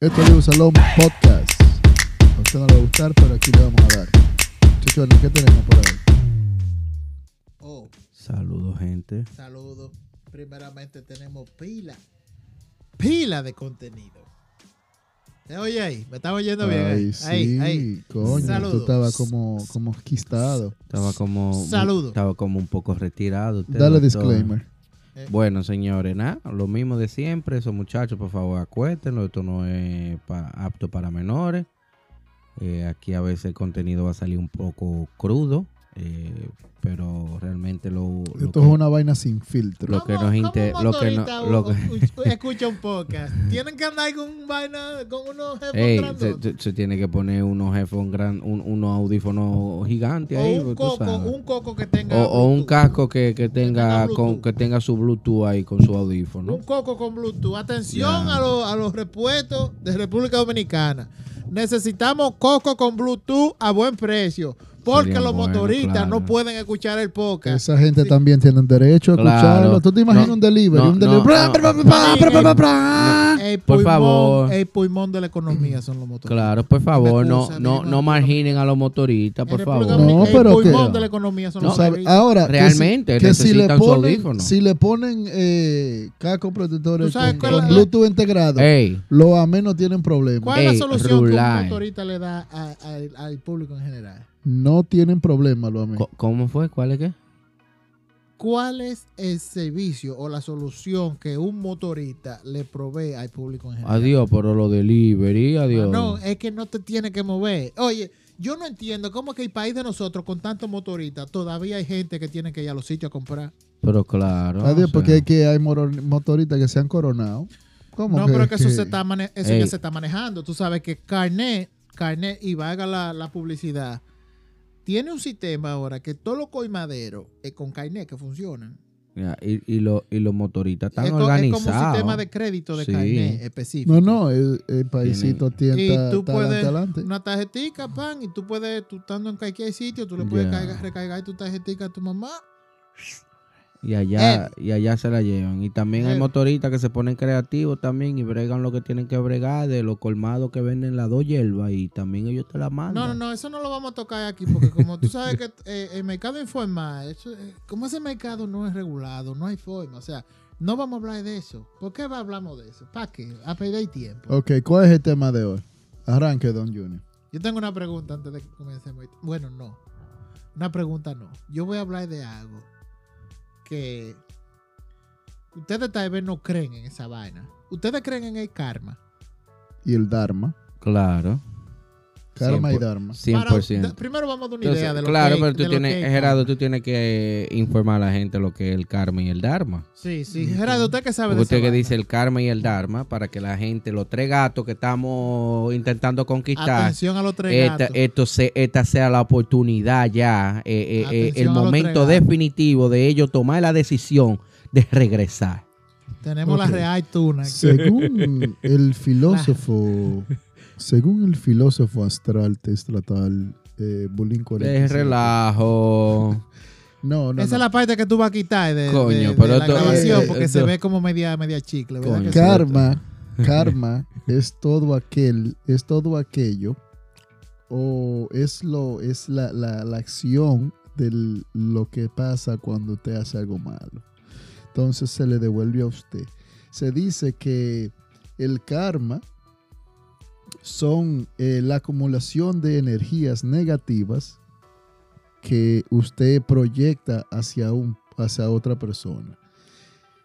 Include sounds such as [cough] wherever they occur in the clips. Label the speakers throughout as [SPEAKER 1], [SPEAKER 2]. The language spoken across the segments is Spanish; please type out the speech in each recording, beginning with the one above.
[SPEAKER 1] Esto es Diego Salón Podcast. A usted no le va a gustar, pero aquí le vamos a dar. Chichones, ¿qué tenemos por ahí?
[SPEAKER 2] Oh,
[SPEAKER 3] Saludos, gente.
[SPEAKER 2] saludos. Primeramente tenemos pila. Pila de contenido. ¿Te oye ahí? ¿Me estás oyendo bien?
[SPEAKER 1] Ay,
[SPEAKER 3] eh.
[SPEAKER 2] ahí?
[SPEAKER 1] sí,
[SPEAKER 2] Ahí, ahí.
[SPEAKER 1] coño, tú
[SPEAKER 2] Saludos.
[SPEAKER 1] estabas como, como quistado.
[SPEAKER 3] Estaba como.
[SPEAKER 2] Saludos.
[SPEAKER 3] Estaba como un poco retirado. usted,
[SPEAKER 1] Dale
[SPEAKER 3] doctor.
[SPEAKER 1] disclaimer.
[SPEAKER 3] Bueno, señores, nada, lo mismo de siempre. Esos muchachos, por favor, acuéstenlo. Esto no es pa- apto para menores. Eh, aquí a veces el contenido va a salir un poco crudo, eh, pero realmente lo, lo
[SPEAKER 1] Esto es
[SPEAKER 3] que-
[SPEAKER 1] una vaina sin filtro.
[SPEAKER 3] Lo que
[SPEAKER 2] ¿Cómo-
[SPEAKER 3] nos
[SPEAKER 2] cómo
[SPEAKER 3] inter-
[SPEAKER 2] un
[SPEAKER 3] lo que no-
[SPEAKER 2] motorista
[SPEAKER 3] lo que-
[SPEAKER 2] u- u- escucha un podcast. Tienen que andar con un vaina, con unos jefes
[SPEAKER 3] Ey, se,
[SPEAKER 2] grandotes.
[SPEAKER 3] se- se tiene que poner unos headphones gran, un- unos audífonos gigantes
[SPEAKER 2] O
[SPEAKER 3] ahí, pues,
[SPEAKER 2] un
[SPEAKER 3] tú
[SPEAKER 2] coco,
[SPEAKER 3] sabes.
[SPEAKER 2] un coco que tenga.
[SPEAKER 3] O- o un
[SPEAKER 2] Bluetooth.
[SPEAKER 3] casco que, que tenga
[SPEAKER 2] tenga
[SPEAKER 3] con,
[SPEAKER 2] Bluetooth.
[SPEAKER 3] que tenga su Bluetooth ahí con su audífono.
[SPEAKER 2] Un coco con Bluetooth. Atención
[SPEAKER 3] Ya.
[SPEAKER 2] a, los, a los repuestos de República Dominicana. Necesitamos coco con Bluetooth a buen precio. Porque
[SPEAKER 3] Sería
[SPEAKER 2] los
[SPEAKER 3] bueno,
[SPEAKER 2] motoristas
[SPEAKER 3] claro.
[SPEAKER 2] no pueden escuchar el podcast.
[SPEAKER 1] Esa gente también tiene derecho a
[SPEAKER 3] Claro.
[SPEAKER 1] escucharlo. ¿Tú te imaginas
[SPEAKER 3] No,
[SPEAKER 1] un delivery?
[SPEAKER 3] no,
[SPEAKER 1] un delivery.
[SPEAKER 3] no,
[SPEAKER 1] Bra,
[SPEAKER 3] no.
[SPEAKER 1] bra, bra, bra, bra, bra, bra, bra.
[SPEAKER 2] El
[SPEAKER 3] Por
[SPEAKER 2] pulmón-
[SPEAKER 3] favor.
[SPEAKER 2] El pulmón de la economía son los motoristas.
[SPEAKER 3] Claro, por favor, no,
[SPEAKER 2] excusa,
[SPEAKER 3] no,
[SPEAKER 2] mi
[SPEAKER 3] no
[SPEAKER 2] hermano.
[SPEAKER 3] marginen a los motoristas,
[SPEAKER 2] En
[SPEAKER 3] por
[SPEAKER 2] República
[SPEAKER 3] favor.
[SPEAKER 1] No,
[SPEAKER 2] Dominicana,
[SPEAKER 1] pero
[SPEAKER 2] el pulmón
[SPEAKER 1] que- Ah,
[SPEAKER 2] de la economía son
[SPEAKER 1] Tú
[SPEAKER 2] los
[SPEAKER 1] sabes,
[SPEAKER 2] motoristas.
[SPEAKER 1] Ahora, que si-
[SPEAKER 3] Realmente
[SPEAKER 1] que si, le
[SPEAKER 3] necesitan su
[SPEAKER 1] ponen,
[SPEAKER 3] audífono.
[SPEAKER 1] si le ponen eh, casco protectores
[SPEAKER 2] Tú sabes
[SPEAKER 1] con,
[SPEAKER 2] cuál
[SPEAKER 1] con
[SPEAKER 2] es la-
[SPEAKER 1] Bluetooth integrado,
[SPEAKER 3] Ey,
[SPEAKER 1] los amenos tienen problemas.
[SPEAKER 2] ¿Cuál es la
[SPEAKER 3] Ey,
[SPEAKER 2] solución que
[SPEAKER 3] Rulay.
[SPEAKER 2] un motorista le da a- a- al- al público en general?
[SPEAKER 1] No tienen problemas los amenos.
[SPEAKER 3] co- ¿cómo fue? ¿Cuál
[SPEAKER 2] Eh,
[SPEAKER 3] es qué?
[SPEAKER 2] ¿Cuál es el servicio o la solución que un motorista le provee al público en general?
[SPEAKER 3] Adiós, pero lo delivery, adiós.
[SPEAKER 2] eh. Ah, No, eh. es que no te tiene que mover. Oye, yo no entiendo cómo que el país de nosotros, con tantos motoristas, todavía hay gente que tiene que ir a los sitios a comprar.
[SPEAKER 3] Pero claro.
[SPEAKER 1] Adiós,
[SPEAKER 3] o sea,
[SPEAKER 1] porque es que hay moro- motoristas que se han coronado. ¿Cómo
[SPEAKER 2] No,
[SPEAKER 1] que,
[SPEAKER 2] pero es que eso,
[SPEAKER 1] que-
[SPEAKER 2] se está mane- eso
[SPEAKER 3] Ey.
[SPEAKER 2] ya se está manejando. Tú sabes que Carnet, Carnet y valga la, la publicidad, tiene un sistema ahora que todos los coimaderos es con Carnet que funcionan.
[SPEAKER 3] ya, y, y lo- y los motoristas están
[SPEAKER 2] es, co- es
[SPEAKER 3] organizados.
[SPEAKER 2] como un sistema de crédito de
[SPEAKER 3] Sí.
[SPEAKER 2] Carnet específico.
[SPEAKER 1] No, no, el, el paisito tiene
[SPEAKER 2] Y
[SPEAKER 1] ta-
[SPEAKER 2] tú
[SPEAKER 1] ta-
[SPEAKER 2] puedes-
[SPEAKER 1] adelante.
[SPEAKER 2] una tarjetica, pan, y tú puedes, tú estando en cualquier sitio, tú le puedes
[SPEAKER 3] Ya.
[SPEAKER 2] cargar- recargar tu tarjetica a tu mamá.
[SPEAKER 3] Y
[SPEAKER 2] Eh.
[SPEAKER 3] allá, y allá se la llevan. Y también hay
[SPEAKER 2] Heavy.
[SPEAKER 3] motoristas que se ponen creativos también y bregan lo que tienen que bregar de los colmados que venden las dos hierbas y también ellos te la mandan.
[SPEAKER 2] No, no, no, eso no lo vamos a tocar aquí, porque como tú sabes
[SPEAKER 3] [laughs]
[SPEAKER 2] que eh, el mercado informal, eso, eh, como ese mercado no es regulado, no hay forma, o sea, no vamos a hablar de eso. ¿Por qué va- hablamos de eso? ¿Para qué? A perder tiempo.
[SPEAKER 1] Ok, ¿cuál es el tema de hoy? Arranque, Don Junior.
[SPEAKER 2] Yo tengo una pregunta antes de que comencemos. esto. Bueno, no. Una pregunta no. Yo voy a hablar de algo que ustedes tal vez no creen en esa vaina. Ustedes creen en el karma.
[SPEAKER 1] Y el Dharma.
[SPEAKER 3] Claro.
[SPEAKER 1] Karma y
[SPEAKER 3] Cien por-
[SPEAKER 1] Dharma.
[SPEAKER 2] Para-
[SPEAKER 3] 100%.
[SPEAKER 2] de- primero vamos a dar una
[SPEAKER 3] Entonces,
[SPEAKER 2] idea de lo
[SPEAKER 3] claro,
[SPEAKER 2] que
[SPEAKER 3] pero tú
[SPEAKER 2] de lo
[SPEAKER 3] tienes,
[SPEAKER 2] que es
[SPEAKER 3] Gerardo,
[SPEAKER 2] karma.
[SPEAKER 3] tú tienes que informar a la gente lo que es el karma y el dharma.
[SPEAKER 2] Sí, sí. Gerardo, ¿usted qué sabe
[SPEAKER 3] Porque
[SPEAKER 2] de
[SPEAKER 3] usted
[SPEAKER 2] esa
[SPEAKER 3] que
[SPEAKER 2] vaina?
[SPEAKER 3] dice el karma y el dharma, para que la gente, los tres gatos que estamos intentando conquistar,
[SPEAKER 2] Atención a los tres
[SPEAKER 3] esta,
[SPEAKER 2] gatos.
[SPEAKER 1] eh,
[SPEAKER 3] esto se, esta sea la oportunidad ya, eh, eh, eh, el
[SPEAKER 2] Atención a los
[SPEAKER 3] momento
[SPEAKER 2] tres gatos.
[SPEAKER 3] definitivo de ellos tomar la decisión de regresar.
[SPEAKER 2] Tenemos
[SPEAKER 1] Ok.
[SPEAKER 2] la real tuna. aquí.
[SPEAKER 1] Según
[SPEAKER 3] [laughs]
[SPEAKER 1] el filósofo, según el filósofo astral testratal eh, Bulín
[SPEAKER 3] Es
[SPEAKER 1] 45. [laughs]
[SPEAKER 3] relajo.
[SPEAKER 1] No, no,
[SPEAKER 2] Esa es
[SPEAKER 1] no.
[SPEAKER 2] la parte que tú vas a quitar de, de-
[SPEAKER 3] Coño,
[SPEAKER 2] de
[SPEAKER 3] pero
[SPEAKER 2] la
[SPEAKER 3] esto-
[SPEAKER 2] grabación,
[SPEAKER 3] eh,
[SPEAKER 2] porque se
[SPEAKER 3] esto-
[SPEAKER 2] ve como media, media chicle, ¿verdad?
[SPEAKER 3] Coño.
[SPEAKER 2] que sí?
[SPEAKER 3] Car-
[SPEAKER 1] karma, [laughs] karma es todo aquel, es todo aquello o es lo es la, la- la acción de lo que pasa cuando usted hace algo malo. Entonces se le devuelve a usted. Se dice que el karma son eh, la acumulación de energías negativas que usted proyecta hacia, un, hacia otra persona.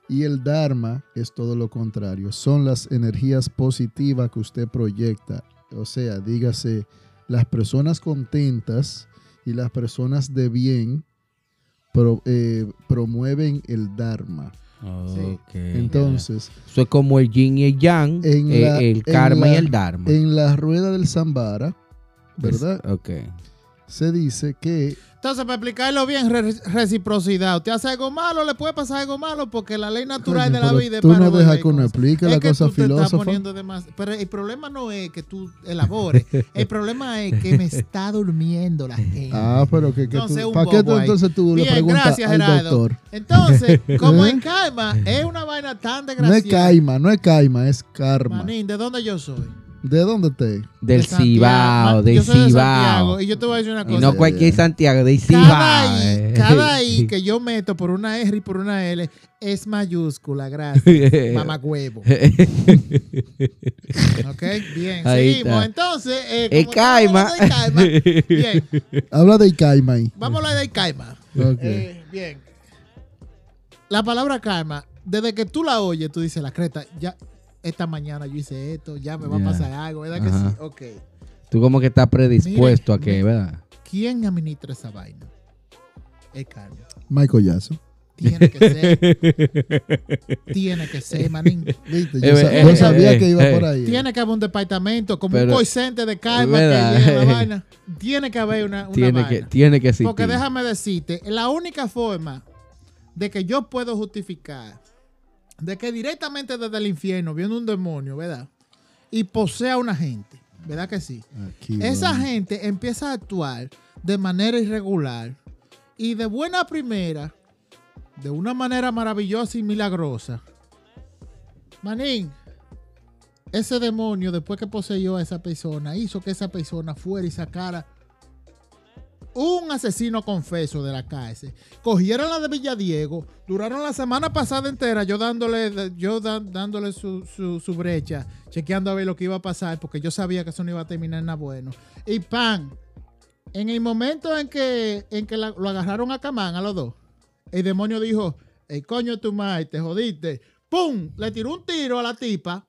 [SPEAKER 1] Y el Dharma es todo lo contrario. Son las energías positivas que usted proyecta. O sea, dígase, las personas contentas y las personas de bien pro- eh, promueven el Dharma.
[SPEAKER 3] Ok.
[SPEAKER 1] Entonces,
[SPEAKER 3] Eso es como el yin y el yang,
[SPEAKER 1] En
[SPEAKER 3] eh,
[SPEAKER 1] la- en
[SPEAKER 3] el karma
[SPEAKER 1] la-
[SPEAKER 3] y el dharma.
[SPEAKER 1] en la rueda del Zambara, ¿verdad?
[SPEAKER 3] Es- ok.
[SPEAKER 1] Se dice que
[SPEAKER 2] Entonces, para explicarlo bien, re- reciprocidad. Usted hace algo malo, le puede pasar algo malo, porque la ley natural
[SPEAKER 1] Coño,
[SPEAKER 2] de la
[SPEAKER 1] pero
[SPEAKER 2] vida es
[SPEAKER 1] tú
[SPEAKER 2] para
[SPEAKER 1] no
[SPEAKER 2] volver
[SPEAKER 1] dejas que
[SPEAKER 2] con
[SPEAKER 1] uno
[SPEAKER 2] eso.
[SPEAKER 1] explique
[SPEAKER 2] Es
[SPEAKER 1] la
[SPEAKER 2] que
[SPEAKER 1] cosa
[SPEAKER 2] tú te estás
[SPEAKER 1] filósofo.
[SPEAKER 2] poniendo de más. Pero el problema no es que tú elabores.
[SPEAKER 1] [laughs]
[SPEAKER 2] El problema es que me está durmiendo la gente.
[SPEAKER 1] Ah, pero que, que
[SPEAKER 2] Entonces,
[SPEAKER 1] tú,
[SPEAKER 2] un
[SPEAKER 1] ¿para qué tú
[SPEAKER 2] bobo ahí.
[SPEAKER 1] entonces tú le
[SPEAKER 2] Bien,
[SPEAKER 1] preguntas
[SPEAKER 2] gracias,
[SPEAKER 1] al
[SPEAKER 2] Gerardo.
[SPEAKER 1] doctor?
[SPEAKER 2] Entonces,
[SPEAKER 1] [laughs]
[SPEAKER 2] como
[SPEAKER 1] ¿Eh?
[SPEAKER 2] en karma, es una vaina tan
[SPEAKER 1] No es
[SPEAKER 2] desgraciada.
[SPEAKER 1] caima, no es caima, es karma.
[SPEAKER 2] Manín, ¿de dónde yo soy?
[SPEAKER 1] ¿De dónde te?
[SPEAKER 3] Del
[SPEAKER 2] de Santiago.
[SPEAKER 3] Cibao,
[SPEAKER 2] Man,
[SPEAKER 3] del
[SPEAKER 2] yo soy de
[SPEAKER 3] Cibao.
[SPEAKER 2] Santiago, y yo te voy a decir una
[SPEAKER 3] Y
[SPEAKER 2] cosa.
[SPEAKER 3] no cualquier
[SPEAKER 1] ya.
[SPEAKER 3] Santiago, del Cibao.
[SPEAKER 2] cada,
[SPEAKER 3] eh.
[SPEAKER 2] I, cada
[SPEAKER 3] [laughs]
[SPEAKER 2] I que yo meto por una R y por una L es mayúscula, gracias.
[SPEAKER 3] [laughs]
[SPEAKER 2] Mamá huevo. Ok, bien.
[SPEAKER 3] Ahí
[SPEAKER 2] Seguimos.
[SPEAKER 3] está.
[SPEAKER 2] Entonces, eh,
[SPEAKER 3] Eh,
[SPEAKER 2] como estamos
[SPEAKER 3] Caima.
[SPEAKER 2] hablando de Caima, bien,
[SPEAKER 3] [laughs]
[SPEAKER 1] Habla de Icaima ahí.
[SPEAKER 2] vamos a hablar de Caima.
[SPEAKER 1] Ok.
[SPEAKER 2] Eh, bien. La palabra karma, desde que tú la oyes, tú dices la creta, ya esta mañana yo hice esto, ya me va
[SPEAKER 3] Ya.
[SPEAKER 2] a pasar algo, ¿verdad
[SPEAKER 3] Ajá.
[SPEAKER 2] que sí? Ok.
[SPEAKER 3] Tú como que estás predispuesto
[SPEAKER 2] Mire,
[SPEAKER 3] a que,
[SPEAKER 2] mire.
[SPEAKER 3] ¿verdad?
[SPEAKER 2] ¿Quién administra esa vaina? El karma.
[SPEAKER 1] Michael Jackson.
[SPEAKER 2] Tiene que ser.
[SPEAKER 3] [laughs]
[SPEAKER 2] tiene que ser, manín.
[SPEAKER 1] Viste,
[SPEAKER 3] Eh,
[SPEAKER 1] yo, sa-
[SPEAKER 3] eh,
[SPEAKER 1] yo
[SPEAKER 3] eh,
[SPEAKER 1] sabía
[SPEAKER 3] eh,
[SPEAKER 1] que iba
[SPEAKER 3] eh.
[SPEAKER 1] por ahí.
[SPEAKER 2] Tiene que haber un departamento, como
[SPEAKER 3] Pero-
[SPEAKER 2] un call center de karma
[SPEAKER 3] ¿verdad?
[SPEAKER 2] que llega
[SPEAKER 3] [laughs]
[SPEAKER 2] la vaina. Tiene que haber una, una
[SPEAKER 3] Tiene
[SPEAKER 2] vaina.
[SPEAKER 3] que, tiene que existir.
[SPEAKER 2] Porque déjame decirte, la única forma de que yo puedo justificar de que directamente desde el infierno viene un demonio, ¿verdad? Y posea a una gente, ¿verdad que sí?
[SPEAKER 1] Aquí,
[SPEAKER 2] Esa
[SPEAKER 1] vamos.
[SPEAKER 2] gente empieza a actuar de manera irregular y de buena primera, de una manera maravillosa y milagrosa. Manín, ese demonio, después que poseyó a esa persona, hizo que esa persona fuera y sacara un asesino confeso de la cárcel. Cogieron la de Villadiego, duraron la semana pasada entera yo dándole, yo da- dándole su, su- su brecha, chequeando a ver lo que iba a pasar, porque yo sabía que eso no iba a terminar en nada bueno. Y pan, en el momento en que, en que la- lo agarraron a Camán, a los dos, el demonio dijo, el coño de tu madre, te jodiste. ¡Pum! Le tiró un tiro a la tipa.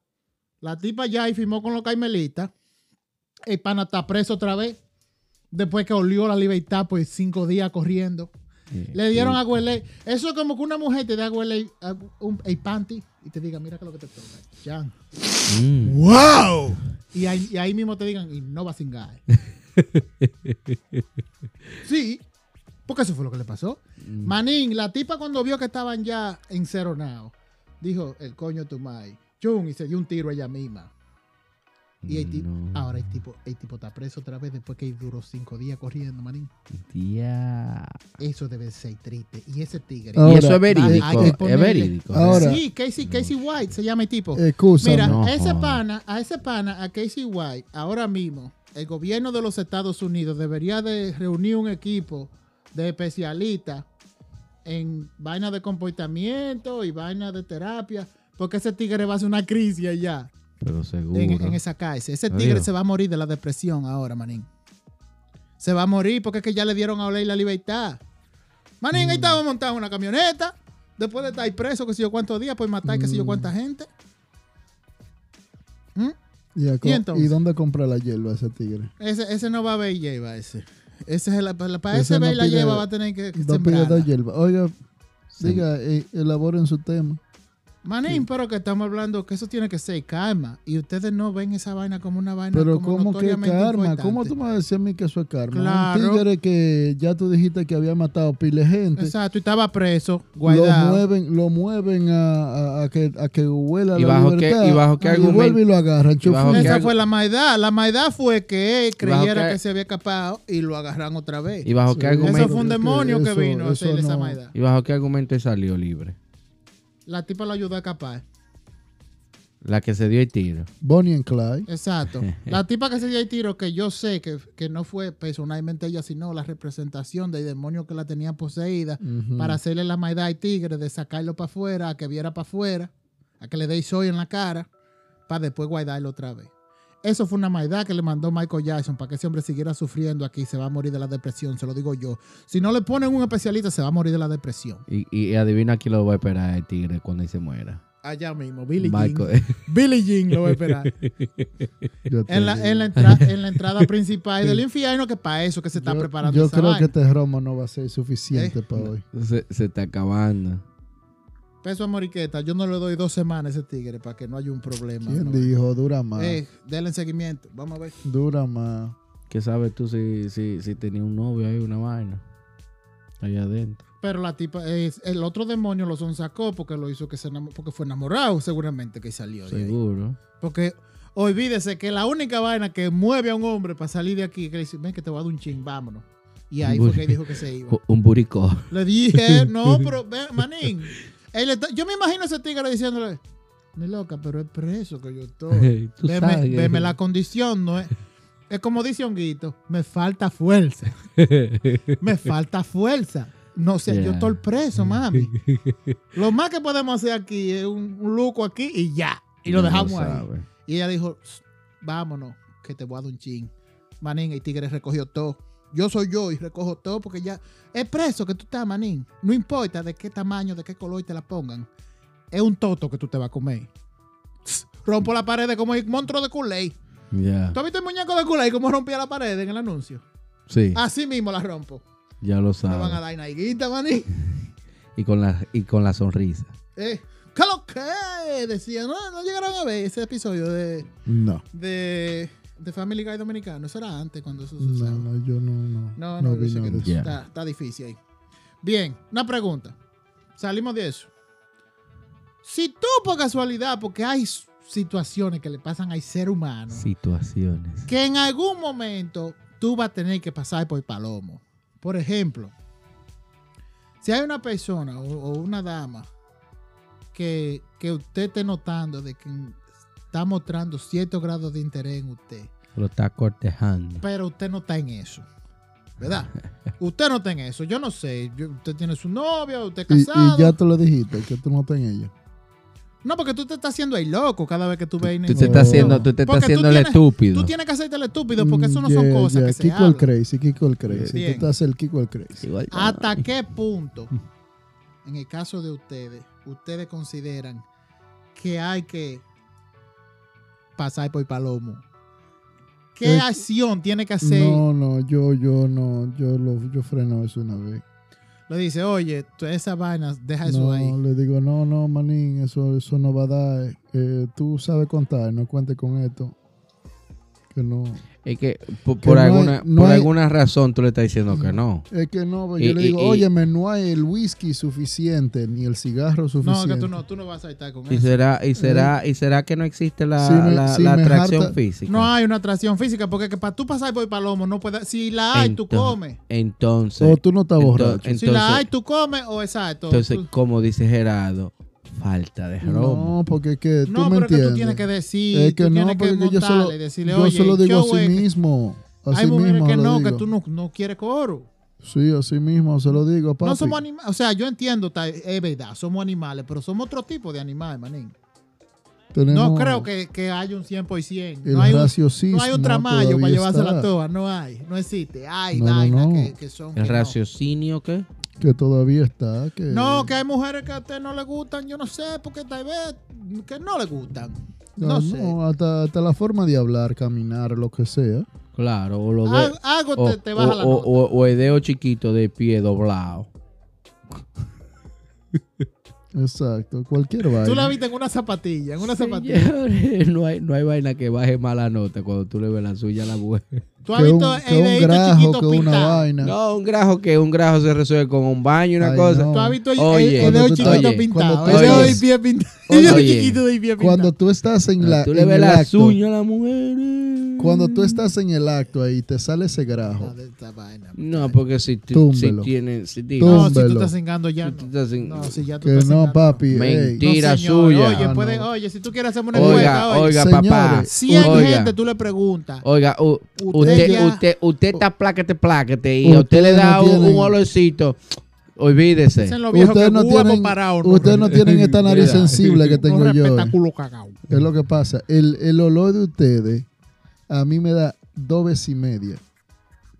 [SPEAKER 2] La tipa ya y firmó con los carmelitas. El pana está preso otra vez. Después que olió la libertad por cinco días corriendo. Le dieron agua de ley. Eso es como que una mujer te dé agua de ley, a- un el panty, y te diga, mira que lo que te toca. Ya.
[SPEAKER 3] Mm.
[SPEAKER 2] ¡Wow! Y ahí, y ahí mismo te digan, y no vas a cingar. sí, porque eso fue lo que le pasó. Manín, la tipa cuando vio que estaban ya enceronados, dijo, el coño de tu mai. Chun, y se dio un tiro ella misma. Y el tipo,
[SPEAKER 3] Mm, No.
[SPEAKER 2] ahora el tipo, el tipo está preso otra vez después que duró cinco días corriendo, manín.
[SPEAKER 3] Tía.
[SPEAKER 2] Eso debe ser triste. Y ese tigre.
[SPEAKER 1] Ah, Ahora,
[SPEAKER 3] y eso es
[SPEAKER 2] hay que
[SPEAKER 3] verídico. Es
[SPEAKER 2] ponerle-
[SPEAKER 3] verídico. ¿verdad?
[SPEAKER 1] ahora- Eh,
[SPEAKER 2] sí, Casey, Casey White se llama el tipo.
[SPEAKER 1] Excusa.
[SPEAKER 2] Mira,
[SPEAKER 1] no.
[SPEAKER 3] no
[SPEAKER 2] a ese
[SPEAKER 3] joda.
[SPEAKER 2] pana, a ese pana, a Casey White, ahora mismo, el gobierno de los Estados Unidos debería de reunir un equipo de especialistas en vainas de comportamiento y vainas de terapia, porque ese tigre va a hacer una crisis allá
[SPEAKER 3] Pero seguro.
[SPEAKER 2] en, en esa cárcel. Ese
[SPEAKER 3] Te
[SPEAKER 2] tigre
[SPEAKER 3] digo.
[SPEAKER 2] se va a morir de la depresión ahora, manín. Se va a morir porque es que ya le dieron a Oley la libertad. Manín,
[SPEAKER 1] Mm.
[SPEAKER 2] ahí estaba montado en una camioneta. Después de estar preso, que sé yo cuántos días, pues matar, que sé yo
[SPEAKER 1] Mm.
[SPEAKER 2] cuánta gente. ¿Mm?
[SPEAKER 1] ¿Y, a co-
[SPEAKER 2] ¿y entonces?
[SPEAKER 1] ¿y dónde compra la hierba ese tigre?
[SPEAKER 2] Ese, ese no va a ver y lleva ese. Ese es el- para, para ese
[SPEAKER 1] Ese no
[SPEAKER 2] ve y la
[SPEAKER 1] pide-
[SPEAKER 2] lleva va a tener que, que
[SPEAKER 1] No pide dos
[SPEAKER 2] sembrarla.
[SPEAKER 1] hierbas. Oiga,
[SPEAKER 3] Sí.
[SPEAKER 1] diga, eh, elaboren su tema.
[SPEAKER 2] Manín, pero que estamos hablando que eso tiene que ser karma. Y ustedes no ven esa vaina como una vaina
[SPEAKER 1] Pero
[SPEAKER 2] como
[SPEAKER 1] ¿cómo que
[SPEAKER 2] notoriamente
[SPEAKER 1] karma? ¿Cómo
[SPEAKER 2] importante.
[SPEAKER 1] tú me vas a decir a mí que eso es karma?
[SPEAKER 2] Claro.
[SPEAKER 1] Un tigre que ya tú dijiste que había matado pile de gente.
[SPEAKER 2] Exacto, y estaba preso,
[SPEAKER 1] Lo
[SPEAKER 2] guardado.
[SPEAKER 1] mueven, lo mueven a, a- a que, a que huela
[SPEAKER 3] Y
[SPEAKER 1] la
[SPEAKER 3] bajo que-
[SPEAKER 1] libertad.
[SPEAKER 3] y bajo que argumen-
[SPEAKER 1] vuelve y lo agarran.
[SPEAKER 3] y bajo
[SPEAKER 1] chuflí.
[SPEAKER 3] que
[SPEAKER 2] Esa
[SPEAKER 3] algo-
[SPEAKER 2] fue la maedad. La maedad fue que él
[SPEAKER 3] Bajo
[SPEAKER 2] creyera
[SPEAKER 3] que-
[SPEAKER 2] que se había escapado y lo agarraron otra vez.
[SPEAKER 3] ¿Y bajo qué
[SPEAKER 1] Sí,
[SPEAKER 3] argumento?
[SPEAKER 2] Eso fue un demonio que,
[SPEAKER 1] Eso-
[SPEAKER 2] vino a
[SPEAKER 1] eso
[SPEAKER 2] hacer esa
[SPEAKER 1] no.
[SPEAKER 2] maedad.
[SPEAKER 3] ¿Y bajo qué argumento él salió libre?
[SPEAKER 2] La tipa lo ayudó a escapar.
[SPEAKER 3] La que se dio el tiro.
[SPEAKER 1] Bonnie and Clyde.
[SPEAKER 2] Exacto. La tipa que se dio el tiro, que yo sé que, que no fue personalmente ella, sino la representación del demonio que la tenía poseída
[SPEAKER 1] Ujú.
[SPEAKER 2] para hacerle la maedad al tigre, de sacarlo para afuera, a que viera para afuera, a que le deis hoy en la cara, para después guardarlo otra vez. Eso fue una maedad que le mandó Michael Jackson para que ese hombre siguiera sufriendo aquí. Se va a morir de la depresión, se lo digo yo. Si no le ponen un especialista, se va a morir de la depresión.
[SPEAKER 3] Y, y adivina quién lo va a esperar el tigre cuando él se muera.
[SPEAKER 2] Allá mismo, Billy Jean.
[SPEAKER 3] Michael.
[SPEAKER 2] Billy Jean lo va a esperar.
[SPEAKER 1] Yo te
[SPEAKER 2] En la,
[SPEAKER 1] digo.
[SPEAKER 2] en la entra- en
[SPEAKER 1] [laughs]
[SPEAKER 2] la entrada principal del infierno, que para eso que se está
[SPEAKER 1] Yo-
[SPEAKER 2] preparando.
[SPEAKER 1] Yo
[SPEAKER 2] esa
[SPEAKER 1] creo que
[SPEAKER 2] vaina. Eh,
[SPEAKER 1] este romo no va a ser suficiente para hoy.
[SPEAKER 3] se, se está acabando.
[SPEAKER 2] Peso a Moriqueta, yo no le doy dos semanas a ese tigre para que no haya un problema.
[SPEAKER 1] ¿Quién
[SPEAKER 2] ¿no?
[SPEAKER 1] dijo? Dura más.
[SPEAKER 2] Eh, denle seguimiento, vamos a ver.
[SPEAKER 1] Dura más.
[SPEAKER 3] ¿Qué sabes tú si, si, si tenía un novio ahí, una vaina? Allá adentro.
[SPEAKER 2] Pero la tipa, eh, el otro demonio lo sonsacó porque lo hizo que se enamo- porque fue enamorado seguramente que salió. de ahí.
[SPEAKER 3] Seguro.
[SPEAKER 2] Porque olvídese que la única vaina que mueve a un hombre para salir de aquí, que le dice, ven que te voy a dar un ching, vámonos. Y ahí fue que dijo que se iba.
[SPEAKER 3] Cu- Un buricó.
[SPEAKER 2] Le dije, no, pero ven, manín. Él está- yo me imagino a ese tigre diciéndole, Mi loca, pero es preso que yo estoy.
[SPEAKER 3] Ey, [laughs] [laughs] tú
[SPEAKER 2] Deme,
[SPEAKER 3] sabes que-
[SPEAKER 2] deme la condición, no es. Es como dice Honguito, me falta
[SPEAKER 3] [laughs]
[SPEAKER 2] fuerza. Me falta fuerza. No sé, yo
[SPEAKER 3] Ya.
[SPEAKER 2] estoy preso,
[SPEAKER 3] [laughs]
[SPEAKER 2] mami. Lo más que podemos hacer aquí es un, un luco aquí y ya. Y lo
[SPEAKER 3] No
[SPEAKER 2] dejamos ahí.
[SPEAKER 3] sabe.
[SPEAKER 2] Y ella dijo, "Ps, vámonos, que te voy a dar un chin. Manín, el tigre recogió todo. Yo soy yo y recojo todo porque ya es preso que tú estás, Manín. No importa de qué tamaño, de qué color te la pongan. Es un toto que tú te vas a comer. Tss, Rompo la pared como el monstruo de Kool-Aid.
[SPEAKER 3] Ya.
[SPEAKER 2] ¿Tú has visto el muñeco de Kool-Aid cómo rompía la pared en el anuncio?
[SPEAKER 3] Sí,
[SPEAKER 2] Así mismo la rompo.
[SPEAKER 3] ya lo
[SPEAKER 2] Ah, Me van a
[SPEAKER 3] sabes.
[SPEAKER 2] dar naiguita, Manín.
[SPEAKER 3] Y con la, y con la sonrisa.
[SPEAKER 2] Eh, ¿Qué lo que? Decían, no, no llegaron a ver ese episodio de,
[SPEAKER 1] No.
[SPEAKER 2] de, de Family Guy Dominicano. Eso era antes cuando eso
[SPEAKER 1] No,
[SPEAKER 2] sucedió.
[SPEAKER 1] no, yo no, no.
[SPEAKER 2] No, no, yo
[SPEAKER 1] vi
[SPEAKER 2] sé
[SPEAKER 1] nada
[SPEAKER 2] que
[SPEAKER 1] de eso.
[SPEAKER 3] Ya.
[SPEAKER 2] está, está difícil ahí. Bien, una pregunta. Salimos de eso. Si tú por casualidad, porque hay s- situaciones que le pasan al ser humano,
[SPEAKER 3] Situaciones.
[SPEAKER 2] que en algún momento tú vas a tener que pasar por el palomo. Por ejemplo, si hay una persona o, o una dama que, que usted esté notando de que está mostrando cierto grado de interés en usted,
[SPEAKER 3] Lo está cortejando.
[SPEAKER 2] pero usted no está en eso.
[SPEAKER 1] [laughs]
[SPEAKER 2] ¿Verdad? Usted no está en eso. Yo no sé. yo- usted tiene su novia, usted es
[SPEAKER 1] Y,
[SPEAKER 2] casado.
[SPEAKER 1] y ya te lo dijiste, que tú no estás en ella.
[SPEAKER 2] No, porque tú te estás haciendo ahí loco cada vez que tú ves.
[SPEAKER 1] te
[SPEAKER 3] Tú te
[SPEAKER 1] estás
[SPEAKER 3] estás
[SPEAKER 1] haciendo-
[SPEAKER 3] haciendo, tú te estás
[SPEAKER 2] Porque tú
[SPEAKER 3] haciendo el
[SPEAKER 2] tienes-
[SPEAKER 3] estúpido.
[SPEAKER 2] Tú tienes que hacerte el estúpido porque eso no
[SPEAKER 1] Mm,
[SPEAKER 2] son
[SPEAKER 1] yeah,
[SPEAKER 2] cosas
[SPEAKER 1] yeah,
[SPEAKER 2] que se
[SPEAKER 1] Kiko el
[SPEAKER 2] hablan.
[SPEAKER 1] crazy, Kiko el crazy.
[SPEAKER 2] Bien.
[SPEAKER 1] Tú te haces el Kiko el crazy.
[SPEAKER 3] Igual-
[SPEAKER 1] [laughs]
[SPEAKER 2] ¿Hasta qué punto, en el caso de ustedes, ustedes consideran que hay que pasar por el palomo? ¿Qué
[SPEAKER 1] Eh,
[SPEAKER 2] acción tiene que hacer?
[SPEAKER 1] No, no, yo, yo no, yo lo, yo freno eso una vez.
[SPEAKER 2] Le dice, oye, tú esa vaina, deja eso
[SPEAKER 1] No,
[SPEAKER 2] ahí.
[SPEAKER 1] le digo, no, no, manín, eso, eso no va a dar. Eh, tú sabes contar, no cuentes con esto. Que no.
[SPEAKER 3] Es que por,
[SPEAKER 1] Que
[SPEAKER 3] por
[SPEAKER 1] no hay-
[SPEAKER 3] alguna,
[SPEAKER 1] no
[SPEAKER 3] por
[SPEAKER 1] hay-
[SPEAKER 3] alguna razón tú le estás diciendo que no.
[SPEAKER 1] Es que no, pues, yo
[SPEAKER 3] Y-
[SPEAKER 1] le
[SPEAKER 3] y-
[SPEAKER 1] digo,
[SPEAKER 3] y-
[SPEAKER 1] óyeme, no hay el whisky suficiente, ni el cigarro
[SPEAKER 2] No,
[SPEAKER 1] suficiente.
[SPEAKER 2] que tú no, tú no vas a estar con
[SPEAKER 3] Y
[SPEAKER 2] eso.
[SPEAKER 3] será, y será, y será que no existe la,
[SPEAKER 1] Sí me-
[SPEAKER 3] la-
[SPEAKER 1] sí
[SPEAKER 3] la
[SPEAKER 1] me
[SPEAKER 3] atracción
[SPEAKER 1] harta-
[SPEAKER 3] física.
[SPEAKER 2] No hay una atracción física, porque que para tú pasar por el palomo, no puedes. Si la hay, tú
[SPEAKER 3] Entonces-
[SPEAKER 2] comes.
[SPEAKER 3] Entonces,
[SPEAKER 1] O Oh, tú no estás
[SPEAKER 3] ento-
[SPEAKER 1] borracho.
[SPEAKER 2] si la hay,
[SPEAKER 3] entonces,
[SPEAKER 2] tú comes, o exacto.
[SPEAKER 3] entonces,
[SPEAKER 2] tú-
[SPEAKER 3] como dice Gerardo, falta de romo.
[SPEAKER 1] No, porque es que tú
[SPEAKER 2] no,
[SPEAKER 1] me
[SPEAKER 2] pero que
[SPEAKER 1] entiendes.
[SPEAKER 2] tú tienes que decir.
[SPEAKER 1] es que
[SPEAKER 2] tú
[SPEAKER 1] no,
[SPEAKER 2] tienes
[SPEAKER 1] porque
[SPEAKER 2] que
[SPEAKER 1] es que yo
[SPEAKER 2] montarle
[SPEAKER 1] solo,
[SPEAKER 2] y decirle,
[SPEAKER 1] yo
[SPEAKER 2] oye,
[SPEAKER 1] solo digo
[SPEAKER 2] yo,
[SPEAKER 1] a sí
[SPEAKER 2] güey,
[SPEAKER 1] mismo. Así
[SPEAKER 2] Hay mujeres
[SPEAKER 1] mismo
[SPEAKER 2] que
[SPEAKER 1] lo
[SPEAKER 2] no,
[SPEAKER 1] digo.
[SPEAKER 2] que tú no, no quieres coro.
[SPEAKER 1] Sí, así mismo se lo digo, papi.
[SPEAKER 2] No somos animales. O sea, yo entiendo, ta- es verdad, somos animales, pero somos otro tipo de animales, manín.
[SPEAKER 1] Tenemos
[SPEAKER 2] No creo que, que haya un 100 por 100.
[SPEAKER 1] el
[SPEAKER 2] No hay un,
[SPEAKER 1] raciocismo
[SPEAKER 2] no hay un tramayo para
[SPEAKER 1] todavía
[SPEAKER 2] llevarse la
[SPEAKER 1] está,
[SPEAKER 2] toa, no hay. No existe. Hay
[SPEAKER 1] No, no,
[SPEAKER 2] vainas
[SPEAKER 1] no.
[SPEAKER 2] Que, que son.
[SPEAKER 3] El
[SPEAKER 2] que no.
[SPEAKER 3] raciocinio que
[SPEAKER 1] Que todavía está. Que,
[SPEAKER 2] No, que hay mujeres que a usted no le gustan, yo no sé, porque tal vez que no le gustan.
[SPEAKER 1] No,
[SPEAKER 2] No sé.
[SPEAKER 1] no, hasta, hasta la forma de hablar, caminar, lo que sea.
[SPEAKER 3] claro, o lo de
[SPEAKER 2] Al- Algo
[SPEAKER 3] o,
[SPEAKER 2] te, te baja
[SPEAKER 3] o-
[SPEAKER 2] la
[SPEAKER 3] o-
[SPEAKER 2] nota.
[SPEAKER 3] o- o el dedo chiquito de pie doblado.
[SPEAKER 1] Exacto, cualquier vaina.
[SPEAKER 2] Tú la viste en una zapatilla, en una zapatilla.
[SPEAKER 3] Señores, no hay, no hay vaina que baje mala nota cuando tú le ves la suya a la mujer.
[SPEAKER 2] Tú has
[SPEAKER 1] Que un,
[SPEAKER 2] visto
[SPEAKER 1] que
[SPEAKER 2] el
[SPEAKER 1] un
[SPEAKER 2] dedito
[SPEAKER 1] grajo,
[SPEAKER 2] chiquito
[SPEAKER 1] que una
[SPEAKER 2] pintado.
[SPEAKER 1] vaina.
[SPEAKER 3] No, un grajo que un grajo se resuelve con un baño y una
[SPEAKER 1] Ay,
[SPEAKER 3] cosa.
[SPEAKER 1] no.
[SPEAKER 2] Tú has visto el, el-
[SPEAKER 3] Oye,
[SPEAKER 2] el dedo
[SPEAKER 1] cuando tú-
[SPEAKER 2] chiquito
[SPEAKER 3] oye,
[SPEAKER 2] pintado.
[SPEAKER 1] cuando
[SPEAKER 2] El
[SPEAKER 1] tú-
[SPEAKER 2] dedo
[SPEAKER 3] oye.
[SPEAKER 2] del pie pintado. El dedo
[SPEAKER 3] Oye.
[SPEAKER 2] chiquito del pie pintado.
[SPEAKER 1] Cuando tú estás en la.
[SPEAKER 3] tú le
[SPEAKER 1] en
[SPEAKER 3] ves
[SPEAKER 1] el
[SPEAKER 3] la
[SPEAKER 1] acto,
[SPEAKER 3] suya a la mujer. eh.
[SPEAKER 1] Cuando tú estás en el acto ahí, te sale ese grajo.
[SPEAKER 2] Ah, de esta vaina.
[SPEAKER 3] No, porque si, t-
[SPEAKER 1] Túmbelo.
[SPEAKER 3] si tienen. Si tiene-
[SPEAKER 1] Tú-
[SPEAKER 2] No, si tú
[SPEAKER 1] túmbelo.
[SPEAKER 2] estás cingando ya.
[SPEAKER 3] si tú
[SPEAKER 2] No,
[SPEAKER 3] estás en-
[SPEAKER 2] No, si ya tú
[SPEAKER 1] Que
[SPEAKER 2] estás cingando,
[SPEAKER 1] no, papi. ey.
[SPEAKER 3] Mentira. Tira
[SPEAKER 2] señor,
[SPEAKER 3] suya.
[SPEAKER 2] Oye,
[SPEAKER 1] Ah,
[SPEAKER 2] puede-
[SPEAKER 1] no.
[SPEAKER 2] oye, si tú quieres hacerme una encuesta,
[SPEAKER 3] Oiga,
[SPEAKER 2] oye.
[SPEAKER 3] oiga,
[SPEAKER 1] Señores.
[SPEAKER 3] papá.
[SPEAKER 2] 100
[SPEAKER 3] oiga,
[SPEAKER 2] gente tú le preguntas.
[SPEAKER 3] Oiga, u-
[SPEAKER 2] Usted
[SPEAKER 3] usted,
[SPEAKER 2] ya-
[SPEAKER 3] usted, usted está pláquete, pláquete. Y a usted le
[SPEAKER 1] Ustedes
[SPEAKER 3] da
[SPEAKER 1] no
[SPEAKER 3] un, un
[SPEAKER 1] tienen-
[SPEAKER 3] olorcito. Olvídese.
[SPEAKER 2] Dicen los viejos que
[SPEAKER 1] Ustedes no,
[SPEAKER 2] Cuba
[SPEAKER 1] tienen,
[SPEAKER 2] comparado, no,
[SPEAKER 1] ustedes no tienen esta nariz
[SPEAKER 3] Mira.
[SPEAKER 1] sensible que tengo
[SPEAKER 2] no
[SPEAKER 1] yo.
[SPEAKER 2] respeta
[SPEAKER 1] eh.
[SPEAKER 2] culo cagao.
[SPEAKER 1] Es lo que pasa. El, el olor de ustedes a mí me da dos veces y media.